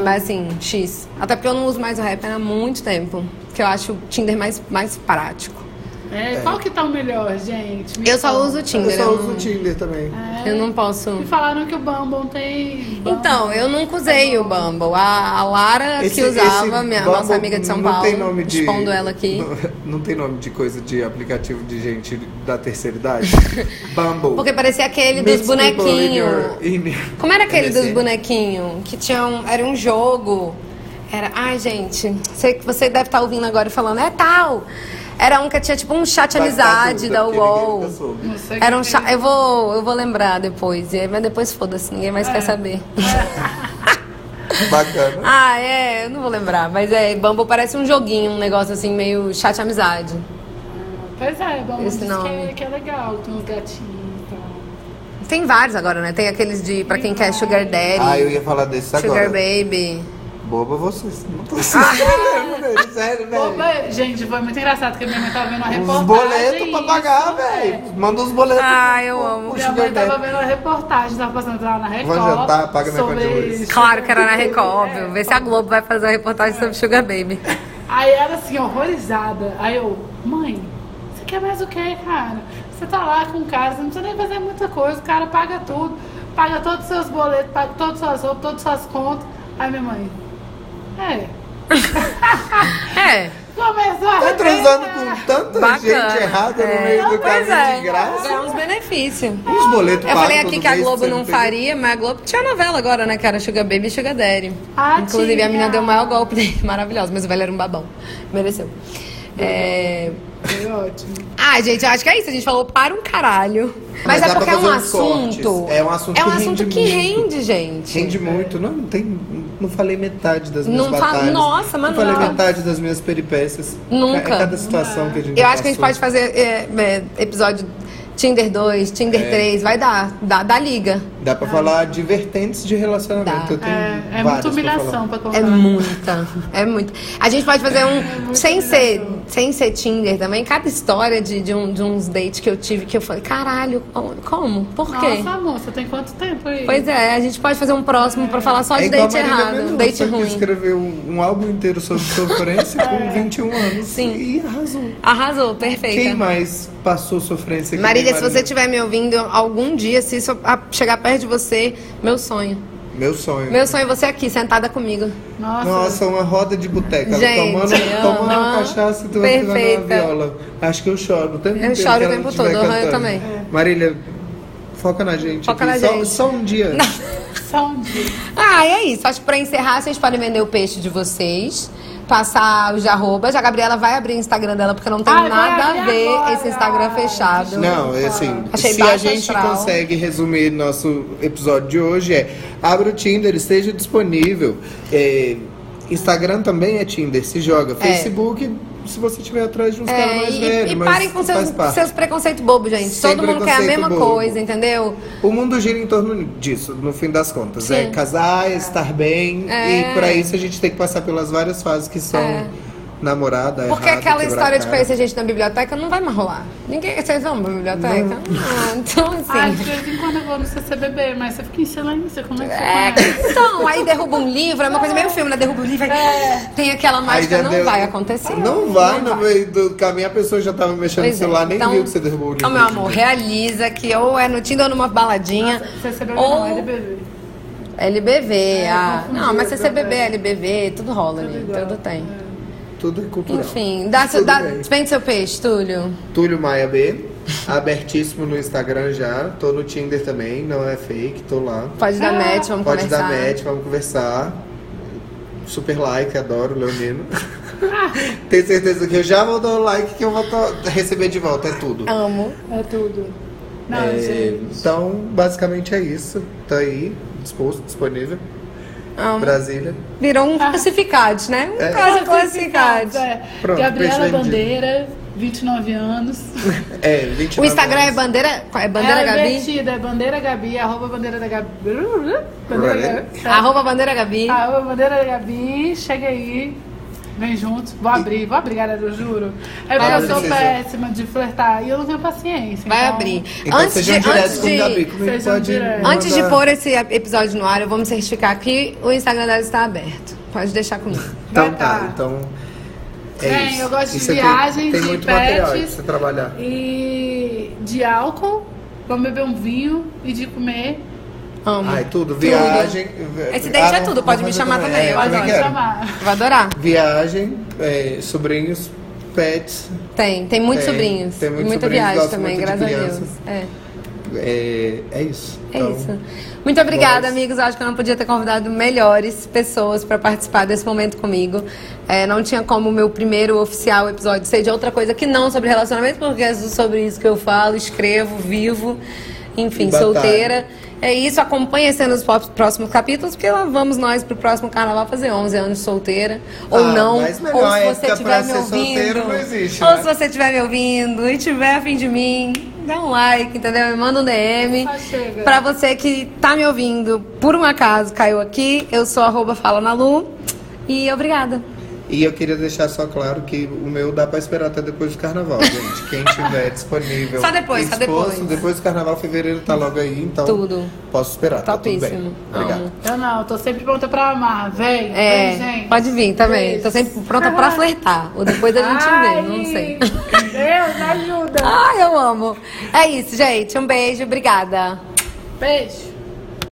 A: Mas assim, X. Até porque eu não uso mais o rap há muito tempo, que eu acho o Tinder mais, mais prático.
C: É, qual que tá o melhor, gente? Me
A: Eu só
C: conta.
A: uso o
B: eu
A: Tinder,
B: só
A: eu
B: uso o
A: não,
B: Tinder também.
C: Ah,
A: eu não posso...
C: Me falaram que o Bumble tem. Bumble.
A: Então, eu nunca usei o Bumble. A, a Lara
B: Esse-
A: que usava,
B: esse
A: minha
B: Bumble
A: nossa amiga de São
B: não
A: Paulo,
B: tem nome de-
A: expondo ela aqui.
B: [laughs] Não, não tem nome de coisa de aplicativo de gente da
A: [laughs]
B: terceira idade. Bumble.
A: Porque parecia aquele
B: Meets
A: dos
B: people in
A: bonequinhos.
B: your- in your-
A: Como é era aquele dos
B: MSN?
A: bonequinhos? Que tinha um, era um jogo. Era. Ai, gente, sei que você deve estar ouvindo agora e falando, é tal. Era um que tinha tipo um chat
B: Vai ficar
A: amizade
B: dúvida,
A: da
B: porque ninguém
A: UOL.
B: nunca soube.
C: Não sei
A: Era um
C: quem
A: chat. Eu vou, eu vou lembrar depois. e aí- Mas depois foda-se, ninguém mais quer saber.
B: Bacana.
A: Ah, é, eu não vou lembrar. Mas é, Bumble parece um joguinho, um negócio assim, meio chat amizade.
C: Pois é, Bumble
A: Esse
C: diz que
A: nome.
C: é, que é legal, tem uns gatinhos e tal.
A: Tem vários agora, né? Tem aqueles de pra quem quer Sugar Daddy,
B: Ah, eu ia falar desse
A: Sugar
B: agora.
A: Baby.
B: Boba vocês. Não
C: [laughs]
B: tô ah, sério, velho.
C: Opa, gente, foi muito engraçado que a minha mãe tava vendo a
B: Os
C: reportagem.
B: boletos pra pagar,
C: é isso, é.
B: velho. Manda os boletos.
A: Ah, eu amo.
B: Puxa,
C: Minha mãe
B: verdade.
C: tava vendo a reportagem, tava passando lá na Record.
B: Vamos jantar, paga minha conta de
C: sobre É.
B: luz.
C: isso.
A: Claro que era na Record, óbvio. Vê se a Globo vai fazer uma reportagem sobre Sugar Baby.
C: Aí ela assim, horrorizada. Aí eu, mãe, você quer mais o quê, cara? Você tá lá com o cara, você não precisa nem fazer muita coisa, o cara paga tudo. paga todos os seus boletos, paga todas as suas roupas, todas as suas contas. Aí minha mãe, é,
D: É.
C: começou a
B: Tá
C: arrebentar.
B: transando com tanta
D: Bacana.
B: gente errada
D: É.
B: no meio do
A: Pois
B: caminho
A: é,
B: de graça.
A: ganha uns benefícios.
B: Uns boletos
A: Eu falei
B: pagos
A: aqui
B: todo
A: que a
B: mês
A: Globo
B: você
A: não
B: pegou.
A: faria, mas a Globo tinha novela agora, né, cara? Sugar Baby e Sugar Daddy.
C: Ah,
A: Inclusive, a
C: tinha.
A: menina deu o maior golpe dele. [laughs] Maravilhosa, mas o velho era um babão. Mereceu. É...
C: Foi ótimo.
A: Ah, gente, eu acho que é isso. A gente falou para um caralho. Mas,
B: Mas dá
A: é
B: pra
A: porque é um
B: fazer uns cortes.
A: assunto.
B: É um assunto
A: é um
B: que
A: assunto
B: rende
A: que
B: muito.
A: rende, gente.
B: Rende muito. Não, não tem, não falei metade das minhas
A: Não fa-
B: batalhas.
A: Nossa, mas
B: Não falei
A: nunca.
B: metade das minhas peripécias.
A: Nunca.
B: É cada situação que a gente
A: Eu acho que a gente pode
B: passou.
A: fazer é, é, episódio Tinder 2, Tinder
B: É.
A: 3. Vai dar. Dá, dá liga.
B: Dá pra falar de vertentes de relacionamento.
A: Dá.
B: Eu tenho
C: É, é
B: várias
C: muita
B: pra
C: humilhação
B: falar.
C: pra contar.
A: É muita, é muita. A gente pode fazer um. sem, ser, sem ser Tinder também, cada história de, de, um- de uns dates que eu tive que eu falei, caralho, como? Por quê?
C: Nossa, moça, tem quanto tempo aí?
A: Pois é, a gente pode fazer um próximo pra falar só de
B: É igual
A: date
B: a Marília
A: errado,
B: Mendonça,
A: date
B: que
A: ruim. É.
B: escreveu um, um álbum inteiro sobre
A: [laughs]
B: sofrência com 21 anos.
A: Sim.
B: E arrasou.
A: Arrasou,
B: Quem
A: perfeita.
B: mais passou sofrência? que
A: Marília, se
B: nem
A: você estiver me ouvindo algum dia, se isso a- chegar perto de você, meu sonho.
B: Meu sonho.
A: Meu sonho é você aqui, sentada comigo.
C: Nossa,
B: Nossa, uma roda de boteca. Ela
A: Gente,
B: tomando,
A: aham.
B: tomando uma cachaça e tu vai
A: Perfeita.
B: na viola. Acho que eu choro o tempo
A: Eu
B: inteiro.
A: choro o
B: que ela
A: tempo
B: estiver
A: todo, aham, eu
B: cantando.
A: também.
B: Marília, foca na gente.
A: Foca
B: aqui,
A: na
B: só,
A: gente.
B: Só um dia. antes.
C: só um dia.
A: Ah, é isso. Acho que pra encerrar, vocês podem vender o peixe de vocês. Passar os de arroba. Já a Gabriela vai abrir o Instagram dela, porque não tem
C: Ai, vai
A: nada a
C: abrir
A: ver
C: agora.
A: esse Instagram fechado.
B: Não, é assim,
A: Achei
B: se a
A: baixo
B: gente
A: astral.
B: consegue resumir nosso episódio de hoje é abra o Tinder, esteja disponível. É, Instagram também é Tinder, se joga. Facebook, se você estiver atrás de uns caras
A: É,
B: mais
A: e,
B: velhos.
A: e
B: mas
A: parem com
B: faz
A: seus,
B: parte.
A: seus preconceitos bobos, gente.
B: Sem
A: Todo mundo quer a
B: preconceito
A: mesma
B: bobo.
A: coisa, entendeu?
B: O mundo gira em torno disso, no fim das contas.
A: Sim.
B: É casar, estar bem.
A: É.
B: E pra isso a gente tem que passar pelas várias fases que são
A: É.
B: namorada,
A: Porque
B: errado,
A: aquela
B: quebrar
A: história de
B: cara.
A: conhecer gente na biblioteca não vai mais rolar. Ninguém, vocês vão pra biblioteca? Ah, então
C: Ah, de
A: assim.
C: vez em quando eu vou no CCBB, mas você fica enchendo a missa, como é que você
A: É, [laughs]
C: conhece?
A: então, aí derruba um livro, é uma coisa meio filme, né? Derruba um livro,
C: É.
A: aí tem aquela mágica,
B: já
A: não
B: deu-
A: vai acontecer.
B: Não vai, no meio do caminho a pessoa já tava mexendo
A: Pois
B: no
A: é.
B: celular, nem
A: Então-
B: viu que você derrubou o livro.
A: Então, meu amor, realiza que ou é no Tinder ou numa baladinha.
C: CCBB
A: ou
C: não, LBB.
A: LBV.
B: É,
A: ah.
C: confundi,
A: Não, mas CCBB,
C: é.
A: LBV, tudo rola
C: Tudo
A: ali.
C: igual.
A: Tudo tem.
B: Tudo é cultural.
A: Enfim, dá, seu-
B: Tudo
A: dá,
B: bem.
A: vende seu peixe, Túlio.
B: Túlio Maia B, abertíssimo no Instagram já. Tô no Tinder também, não é fake, tô lá.
A: Pode dar
C: Ah.
A: match, vamos
B: Pode
A: conversar.
B: dar match, vamos conversar. Super like, adoro, Leonino. [laughs] Tenho certeza que eu já vou dar o like que eu vou to- receber de volta, é tudo.
A: Amo.
C: É tudo. Não,
B: É,
C: gente.
B: então, basicamente é isso. Tá aí, disposto, disponível.
A: Amo.
B: Brasília.
A: Virou um classificado, né? Um
B: É.
A: caso classificado.
C: É.
B: Pronto,
C: Gabriela
B: peixe vendido.
C: Bandeira, 29 anos.
B: É, 29
A: O Instagram é
B: anos.
A: bandeira. É bandeira
C: Ela é
A: Gabi?
C: invertida, é Bandeira Gabi, arroba Bandeira da Gabi.
B: Right.
C: Bandeira Gabi. É.
A: Arroba bandeira Gabi.
C: Arroba Bandeira da Gabi, chega aí. Vem junto, vou abrir, vou abrir, galera, eu juro.
A: Vai
C: É porque eu
A: abrir.
C: sou
B: Precisa.
C: péssima de flertar e eu não tenho paciência.
A: Vai
C: então-
A: abrir.
B: Então
A: antes de,
B: sejam diretos
A: antes
B: com o Gabi.
A: de,
B: Comigo
C: Sejam
B: pode
C: diretos.
A: antes de
B: mandar-
A: pôr esse episódio no ar, eu vou me certificar que o Instagram dela está aberto. Pode deixar comigo.
B: Então
C: Vai
B: tá,
C: tá.
B: então. É
C: Bem,
B: isso.
C: eu gosto de
B: Isso aqui
C: viagem,
B: Tem
C: de
B: muito material aí pra
C: pets.
B: você trabalhar.
C: E de álcool, vamos beber um vinho e de comer.
A: Amo.
B: Ai, tudo. Viagem.
A: Esse daí já é tudo, pode me chamar também, eu
B: eu
A: adoro.
B: também
C: Pode
B: quero.
C: chamar.
A: Vou adorar.
B: é? Viagem, é, sobrinhos, pets,
A: Tem, tem muitos
B: Tem,
A: sobrinhos.
B: tem
A: e
B: muitos
A: muita
B: sobrinhos,
A: viagem
B: gosto
A: também,
B: muito de
A: graças a Deus.
B: crianças.
A: É, é
B: é, é isso. Então,
A: isso. Muito obrigada,
B: nós-
A: amigos. Acho que eu não podia ter convidado melhores pessoas para participar desse momento comigo. É, não tinha como o meu primeiro oficial episódio ser de outra coisa que não sobre relacionamento, porque é sobre isso que eu falo, escrevo, vivo, enfim,
B: E batalho.
A: solteira. É isso, acompanha sendo os pop- próximos capítulos, porque lá vamos nós pro próximo carnaval fazer 11 anos solteira, ou
B: Ah,
A: não,
B: mas
A: ou
B: melhor
A: se você
B: época
A: estiver
B: pra
A: me
B: ser
A: ouvindo,
B: solteiro não existe,
A: ou
B: né?
A: se você estiver me ouvindo e tiver a fim de mim, dá um like, entendeu? Me manda um DM.
C: Só chega.
A: Pra você que tá me ouvindo, por um acaso caiu aqui, eu sou arroba Fala na Lu. E obrigada.
B: E eu queria deixar só claro que o meu dá pra esperar até depois
A: [laughs]
B: do carnaval, gente. Quem tiver disponível.
A: Só depois, só depois.
B: disposto, Depois do carnaval, fevereiro tá logo aí, então.
A: Tudo.
B: Posso esperar. tá tudo bem.
A: Topíssimo.
B: Obrigado.
A: Amo.
C: Eu não, tô sempre pronta pra amar. Vem,
A: É,
C: vem, gente.
A: pode vir também.
C: Beijo.
A: Tô sempre pronta
C: [laughs]
A: pra flertar. Ou depois a gente vê, não sei. Ah.
C: Deus,
A: [laughs]
C: ajuda.
A: Ai, eu amo. É isso, gente. Um beijo, obrigada.
C: Beijo.